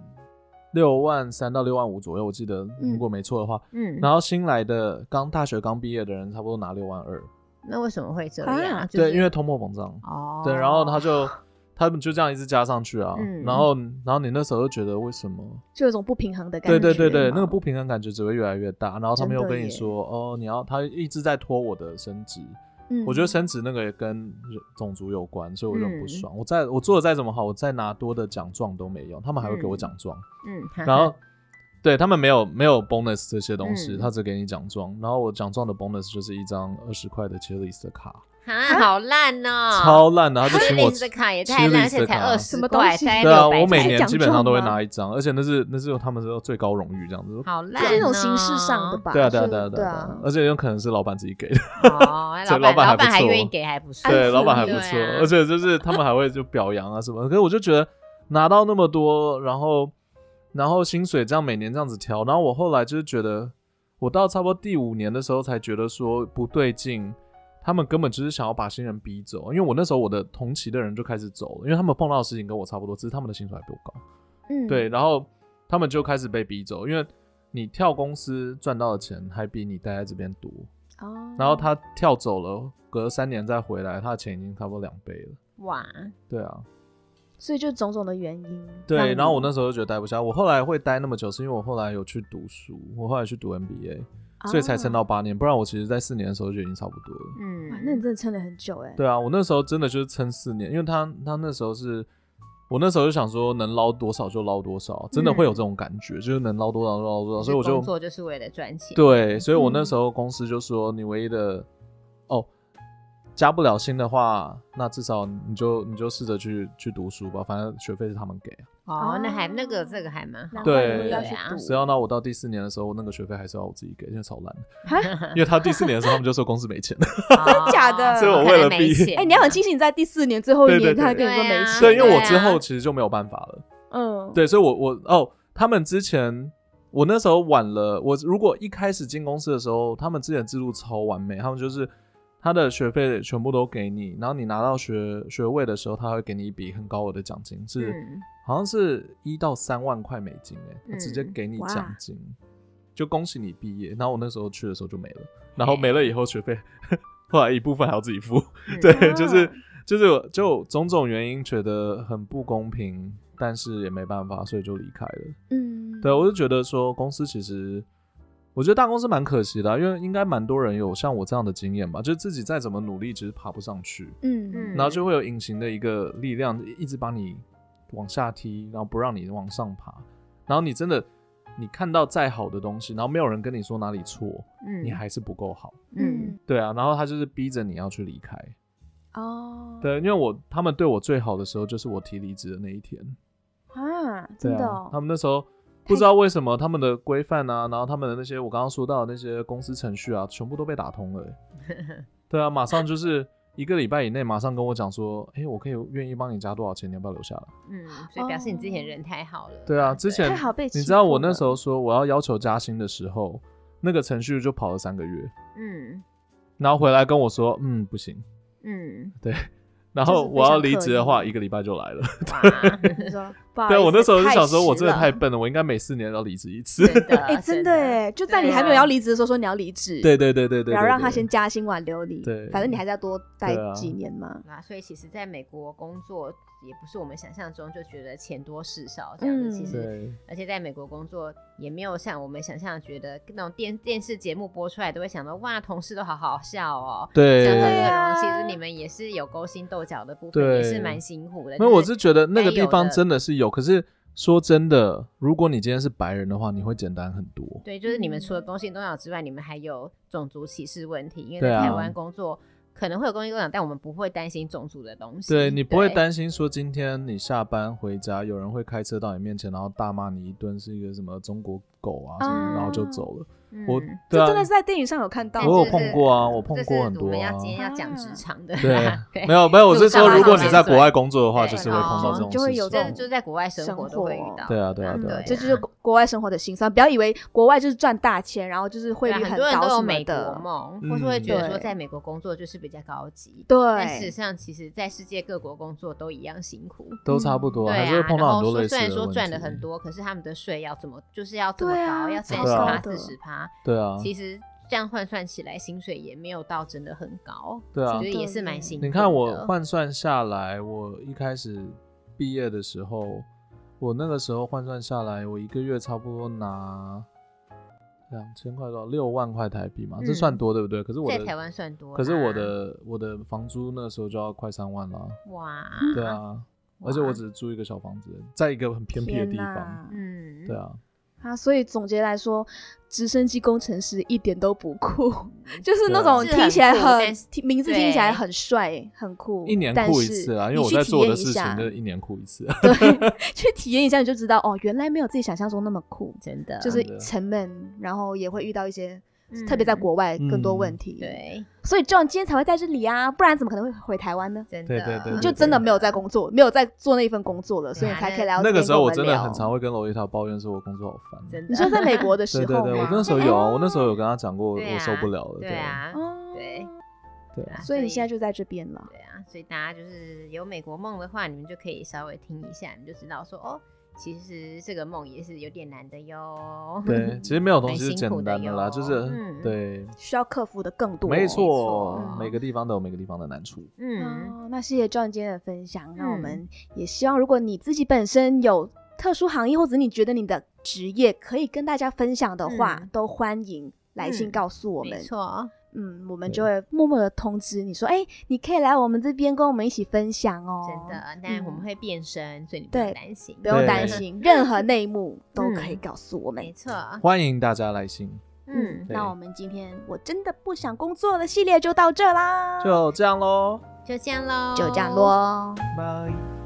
Speaker 3: 六万三到六万五左右，我记得
Speaker 1: 嗯
Speaker 3: 如果没错的话。
Speaker 2: 嗯，
Speaker 3: 然后新来的刚大学刚毕业的人，差不多拿六万二，
Speaker 2: 那为什么会这
Speaker 1: 啊
Speaker 2: 样？就是
Speaker 3: 对，因为通货膨胀，
Speaker 2: 哦，
Speaker 3: 对，然后他就他们就这样一直加上去啊，
Speaker 2: 嗯
Speaker 3: 然后然后你那时候就觉得为什么？
Speaker 1: 就有种不平衡的感
Speaker 3: 对
Speaker 1: 觉。
Speaker 3: 对对对，那个不平衡感觉只会越来越大，然后他们又
Speaker 1: 真的
Speaker 3: 跟你
Speaker 1: 耶
Speaker 3: 说哦，你要他一直在拖我的升职，
Speaker 1: 嗯，
Speaker 3: 我觉得升职那个也跟人种族有关，所以我就很不
Speaker 2: 嗯
Speaker 3: 爽。我再我做的再怎么好，我再拿多的奖状都没用，他们还会给我
Speaker 2: 嗯
Speaker 3: 奖状，
Speaker 2: 嗯，哈哈
Speaker 3: 然 后。对他们没有没有 bonus 这些东西，
Speaker 2: 嗯
Speaker 3: 他只给你奖状，然后我奖状的 bonus 就是一张二十块的 Chili's 的卡，
Speaker 2: 啊，好烂哦，
Speaker 3: 超烂的，他就请我
Speaker 2: Chili's 的卡也太
Speaker 3: Chili's
Speaker 2: 烂，而
Speaker 3: 的
Speaker 2: 且才
Speaker 3: 卡
Speaker 2: 二
Speaker 1: 什
Speaker 2: 十
Speaker 1: 么东
Speaker 2: 块，
Speaker 1: 西
Speaker 2: 才
Speaker 3: 对啊，
Speaker 2: 六百
Speaker 3: 我每
Speaker 1: 才
Speaker 3: 年
Speaker 1: 奖
Speaker 3: 基本上都会
Speaker 1: 状吗
Speaker 3: 拿一张，而且那是那是他们的最高荣誉这样子。
Speaker 2: 好烂、哦，
Speaker 1: 这是一种形式上的吧？
Speaker 3: 对啊，对啊，
Speaker 1: 是
Speaker 3: 对
Speaker 1: 对
Speaker 3: 啊，对啊，而且有可能是老板自己给的，
Speaker 2: 哦，哎
Speaker 3: 所
Speaker 2: 老
Speaker 3: 以
Speaker 2: 板
Speaker 3: 老板还
Speaker 2: 老
Speaker 3: 不
Speaker 2: 板还
Speaker 3: 错
Speaker 2: 愿意给，还不错，
Speaker 3: 对，老板还不
Speaker 2: 对
Speaker 3: 错，
Speaker 2: 啊
Speaker 3: 而且就是他们还会就表扬啊什么。可是我就觉得拿到那么多，然后然后薪水这样每年这样子调，然后我后来就是觉得，我到差不多第五年的时候才觉得说不对劲，他们根本就是想要把新人逼走，因为我那时候我的同期的人就开始走了，因为他们碰到的事情跟我差不多，只是他们的薪水还比我高。
Speaker 1: 嗯，
Speaker 3: 对，，然后他们就开始被逼走，因为你跳公司赚到的钱还比你待在这边多，
Speaker 1: 哦，
Speaker 3: 然后他跳走了，隔三年再回来，他的钱已经差不多两倍了。
Speaker 2: 哇，
Speaker 3: 对啊，
Speaker 1: 所以就种种的原因，让
Speaker 3: 对，
Speaker 1: 你
Speaker 3: 然后我那时候就觉得待不下，我后来会待那么久，是因为我后来有去读书，我后来去读 MBA，所以才撑到
Speaker 1: 哦
Speaker 3: 八年，不然我其实在四年的时候就已经差不多了。
Speaker 1: 哇那你
Speaker 2: 嗯，
Speaker 1: 真的撑了很久哎，
Speaker 3: 对啊，我那时候真的就是撑四年，因为他他那时候是，我那时候就想说能捞多少就捞多少，真的会有这种感觉，就是能捞多少就捞多少，所以我
Speaker 2: 就是
Speaker 3: 就
Speaker 2: 工作就是为了赚钱，
Speaker 3: 对，所以我那
Speaker 1: 嗯
Speaker 3: 时候公司就说，你唯一的哦，加不了薪的话，那至少你就你就试着去去读书吧，反正学费是他们给啊。
Speaker 2: 哦，那还那个这个还蛮好
Speaker 1: 难
Speaker 2: 的，
Speaker 1: 怪
Speaker 3: 对
Speaker 1: 你要去
Speaker 2: 对啊
Speaker 1: 读
Speaker 3: 谁要到我到第四年的时候，那个学费还是要我自己给，因为超烂的。
Speaker 1: 哈
Speaker 3: 因为他第四年的时候，他们就说公司没 钱。
Speaker 2: 真
Speaker 1: 假的所以
Speaker 3: 我为了毕业
Speaker 1: 哎，你要很庆幸你在第四年最后一
Speaker 3: 对对
Speaker 1: 年，
Speaker 3: 对
Speaker 1: 他还跟你说没钱，
Speaker 3: 对，因为我
Speaker 2: 对啊
Speaker 3: 之后其实就没有办法了。
Speaker 1: 嗯，
Speaker 3: 对，所以我我哦，他们之前我那时候晚了，我如果一开始进公司的时候，他们之前制度超完美，他们就是他的学费全部都给你，然后你拿到学学位的时候，他会给你一笔很高额的奖金，是、
Speaker 2: 嗯
Speaker 3: 好像是一到三万块美金哎、他直接
Speaker 2: 嗯
Speaker 3: 给你
Speaker 1: 哇
Speaker 3: 奖金。就恭喜你毕业，然后我那时候去的时候就没了，然后没了以后学费，后来一部分还要自己付，
Speaker 2: 嗯
Speaker 3: 对，就是
Speaker 1: 啊
Speaker 3: 就是就种种原因觉得很不公平，但是也没办法，所以就离开了。
Speaker 1: 嗯，
Speaker 3: 对，我就觉得说公司其实，我觉得大公司蛮可惜的啊、因为应该蛮多人有像我这样的经验吧，就是自己再怎么努力，其实爬不上去，
Speaker 1: 嗯嗯
Speaker 2: 嗯
Speaker 3: 然后就会有隐形的一个力量一直把你往下踢，然后不让你往上爬，然后你真的。你看到再好的东西，然后没有人跟你说哪里错，
Speaker 2: 嗯
Speaker 3: 你还是不够好，
Speaker 2: 嗯
Speaker 1: 嗯，
Speaker 3: 对啊，然后他就是逼着你要去离开，
Speaker 1: 哦，
Speaker 3: 对，因为我他们对我最好的时候就是我提离职的那一天，
Speaker 1: 啊，
Speaker 3: 对
Speaker 1: 真的
Speaker 3: 啊，他
Speaker 1: 哦，
Speaker 3: 们那时候不知道为什么他们的规范啊，然后他们的那些我刚刚说到的那些公司程序啊，全部都被打通了欸、 对啊，马上就是一个礼拜以内，马上跟我讲说，哎、我可以愿意帮你加多少钱，你要不要留下来？
Speaker 2: 嗯，所以表示你之前人太好了，
Speaker 3: 对啊，之前
Speaker 1: 太好被
Speaker 3: 你
Speaker 1: 欺
Speaker 3: 知道我
Speaker 1: 负
Speaker 3: 那
Speaker 1: 了
Speaker 3: 时候说我要要求加薪的时候，那个程序就跑了三个月，
Speaker 2: 嗯
Speaker 3: 然后回来跟我说，嗯，不行。
Speaker 2: 嗯，
Speaker 3: 然
Speaker 1: 就是
Speaker 3: 后
Speaker 1: 非
Speaker 3: 我要
Speaker 1: 常
Speaker 3: 离
Speaker 1: 刻
Speaker 3: 职的
Speaker 1: 意
Speaker 3: 话，一个礼拜就来了。
Speaker 2: 哇，
Speaker 1: 你说不好意
Speaker 3: 对
Speaker 1: 思，
Speaker 3: 啊我那时候就想说，
Speaker 1: 迟
Speaker 3: 我真的
Speaker 1: 了
Speaker 3: 太。笨了，我应该每四年要离职一次。
Speaker 2: 真的，
Speaker 1: 哎、真的哎，就在你
Speaker 2: 对
Speaker 1: 还没有
Speaker 2: 啊
Speaker 1: 要离职的时候说你要离职，
Speaker 3: 对对对对对，
Speaker 1: 然后让他
Speaker 3: 对
Speaker 1: 先加薪挽留你，
Speaker 3: 对
Speaker 1: 反正你还是要多待
Speaker 3: 对啊
Speaker 1: 几年嘛。
Speaker 2: 啊，所以其实在美国工作也不是我们想象中就觉得钱多事少这样子，其
Speaker 1: 嗯
Speaker 2: 实
Speaker 3: 对
Speaker 2: 而且在美国工作也没有像我们想象觉得那种电电视节目播出来都会想到哇，同事都好好笑哦。这样
Speaker 1: 对
Speaker 3: 对
Speaker 1: 啊。
Speaker 2: 很容易，其实你们也是有勾心斗角的部分，
Speaker 3: 对
Speaker 2: 也是蛮辛苦的。
Speaker 3: 那我是觉得那个地
Speaker 2: 该有
Speaker 3: 方
Speaker 2: 的
Speaker 3: 真的是有，可是说真的，如果你今天是白人的话，你会简单很多。
Speaker 2: 对，就是你们除了
Speaker 1: 嗯
Speaker 2: 勾心斗角之外，你们还有种族歧视问题，因为
Speaker 3: 对
Speaker 2: 在
Speaker 3: 啊
Speaker 2: 台湾工作。可能会有勾心斗角，但我们不会担心种族的东西。
Speaker 3: 对你不会担心说今天你下班回家，有人会开车到你面前，然后大骂你一顿是一个什么中国狗啊什么，
Speaker 1: 啊
Speaker 3: 然后就走了。
Speaker 2: 嗯
Speaker 3: 我对
Speaker 1: 这
Speaker 3: 啊
Speaker 1: 真，的是在电影上有看到，
Speaker 3: 我有
Speaker 2: 这
Speaker 3: 碰
Speaker 2: 是
Speaker 3: 过啊，我碰
Speaker 2: 这是
Speaker 3: 过很多
Speaker 2: 我们要
Speaker 3: 啊。
Speaker 2: 今天要讲职场的，
Speaker 3: 对
Speaker 2: 啊对，
Speaker 3: 没有没有，我是
Speaker 2: 路上
Speaker 3: 说
Speaker 1: 拉
Speaker 3: 如果
Speaker 1: 到
Speaker 3: 你
Speaker 1: 谁
Speaker 3: 在国外
Speaker 2: 谁
Speaker 3: 工作的话，
Speaker 2: 对哦
Speaker 3: 就是会碰到这种
Speaker 1: 就会
Speaker 3: 事
Speaker 1: 有
Speaker 3: 情
Speaker 1: 这
Speaker 2: 这就是在国外生活都会遇到。
Speaker 3: 对啊对啊
Speaker 1: 嗯
Speaker 3: 对啊，
Speaker 1: 这就是国国外生活的辛酸。不要以为国外就是赚大钱，然后就是汇
Speaker 2: 对啊
Speaker 1: 率
Speaker 2: 很多人
Speaker 1: 高
Speaker 2: 都
Speaker 1: 什
Speaker 2: 有
Speaker 1: 么
Speaker 2: 美国
Speaker 1: 的。
Speaker 2: 梦，
Speaker 3: 嗯
Speaker 2: 或是会觉得说
Speaker 1: 对
Speaker 2: 在美国工作就是比较高级。但事实
Speaker 1: 对，
Speaker 2: 上，其实，在世界各国工作都一样辛苦。
Speaker 3: 都差不多，
Speaker 2: 对
Speaker 3: 还
Speaker 2: 啊，
Speaker 3: 是会碰
Speaker 2: 然
Speaker 3: 到
Speaker 2: 后
Speaker 3: 很多
Speaker 2: 说
Speaker 3: 类似
Speaker 2: 虽然说
Speaker 3: 的
Speaker 2: 赚
Speaker 3: 问
Speaker 2: 的
Speaker 3: 题。
Speaker 2: 很多，可是他们的税要怎么，就是要这么
Speaker 1: 对啊
Speaker 2: 高，要
Speaker 1: 超
Speaker 2: 三十趴、
Speaker 1: 高的
Speaker 2: 四十趴。
Speaker 3: 对啊，
Speaker 2: 其实这样换算起来，薪水也没有到真的很高，
Speaker 3: 对啊
Speaker 2: 所以也是蛮辛苦的。
Speaker 3: 你看我换算下来，我一开始毕业的时候，我那个时候换算下来，我一个月差不多拿两千块到六万块台币嘛，这
Speaker 2: 嗯
Speaker 3: 算多对不对？可是我
Speaker 2: 在
Speaker 3: 的
Speaker 2: 台湾算多啦，
Speaker 3: 可是
Speaker 1: 啊
Speaker 3: 我的我的房租那个时候就要快三 万啦，
Speaker 2: 哇，
Speaker 3: 对，啊，而且我只是租一个小房子，在一个很偏僻的
Speaker 1: 天
Speaker 3: 地
Speaker 1: 哪
Speaker 3: 方，！
Speaker 2: 嗯，
Speaker 3: 对啊，
Speaker 1: 啊，所以总结来说，直升机工程师一点都不酷，
Speaker 3: 嗯
Speaker 1: 就是那
Speaker 3: 啊
Speaker 1: 种
Speaker 2: 是很
Speaker 1: 听起来
Speaker 2: 酷
Speaker 1: 很
Speaker 2: 但是
Speaker 1: 听名字听起来
Speaker 2: 对
Speaker 1: 很帅、很酷，
Speaker 3: 一年
Speaker 1: 嗯但
Speaker 3: 哭一
Speaker 1: 是
Speaker 3: 次啊，因
Speaker 1: 你
Speaker 3: 为我
Speaker 1: 去
Speaker 3: 在
Speaker 1: 体
Speaker 3: 做我
Speaker 1: 验
Speaker 3: 的
Speaker 1: 一
Speaker 3: 事
Speaker 1: 下
Speaker 3: 情就是一年哭一次，
Speaker 1: 对， 去体验一下你就知道哦，原来没有自己想象中那么酷，
Speaker 2: 真的
Speaker 1: 就是
Speaker 3: 真的
Speaker 1: 沉闷，然后也会遇到一些，
Speaker 2: 嗯
Speaker 1: 特别在国外更多问
Speaker 3: 嗯
Speaker 1: 题。，
Speaker 2: 对，
Speaker 1: 所以这样今天才会在这里啊，不然怎么可能会回台湾呢？
Speaker 2: 真的，
Speaker 3: 对对对
Speaker 1: 你
Speaker 3: 对
Speaker 1: 就真的没有在工作，没有在做那一份工作了，所以
Speaker 2: 对啊
Speaker 1: 你才可以来
Speaker 2: 那
Speaker 1: 到这
Speaker 3: 那个
Speaker 1: 边
Speaker 3: 时
Speaker 1: 跟
Speaker 3: 候
Speaker 1: 我
Speaker 3: 我
Speaker 1: 们
Speaker 3: 真的
Speaker 1: 聊
Speaker 3: 很常。会跟娄一桃抱怨说，我工作好烦。
Speaker 2: 真的。
Speaker 1: 你说在美国的时
Speaker 3: 对
Speaker 1: 候
Speaker 3: 对
Speaker 1: 吗？
Speaker 3: 对，我那时候有啊，
Speaker 1: 哎
Speaker 3: 我那时候有跟他讲过，我
Speaker 2: 哦对啊
Speaker 3: 我受不了了。
Speaker 2: 对啊，
Speaker 1: 哦
Speaker 2: 对
Speaker 3: 对
Speaker 2: 对啊，
Speaker 1: 所以你现在就在这边了。
Speaker 2: 对啊，所以大家就是有美国梦的话，你们就可以稍微听一下，你就知道说哦，其实这个梦也是有点难的哟。
Speaker 3: 对，其实没有东西是
Speaker 2: 蛮辛
Speaker 3: 简
Speaker 2: 苦的
Speaker 3: 单的啦，
Speaker 2: 哟
Speaker 3: 就是
Speaker 2: 嗯
Speaker 3: 对，
Speaker 1: 需要克服的更多。
Speaker 3: 没
Speaker 2: 错
Speaker 3: 错
Speaker 2: 嗯，
Speaker 3: 每个地方都有每个地方的难处。
Speaker 2: 嗯，
Speaker 1: 哦，那谢谢 John 今天的分享。那我
Speaker 2: 嗯
Speaker 1: 们也希望，如果你自己本身有特殊行业，或者你觉得你的职业可以跟大家分享的话，
Speaker 2: 嗯
Speaker 1: 都欢迎来信
Speaker 2: 嗯
Speaker 1: 告诉我们
Speaker 2: 没。错，哦
Speaker 1: 嗯，我们就会默默的通知你说，哎、你可以来我们这边跟我们一起分享哦。
Speaker 2: 真的。但我们
Speaker 1: 嗯
Speaker 2: 会变身，所以你不用
Speaker 1: 对
Speaker 2: 担心，
Speaker 1: 不用
Speaker 3: 对
Speaker 1: 担心，任何内 幕都可以
Speaker 2: 嗯
Speaker 1: 告诉我们
Speaker 2: 没。错，哦
Speaker 3: 欢迎大家来信，
Speaker 2: 嗯，
Speaker 3: 对
Speaker 1: 那我们今天我真的不想工作的系列就到这啦，
Speaker 3: 就这样喽，
Speaker 2: 就这样喽，
Speaker 1: 就这样。咯。
Speaker 3: 拜。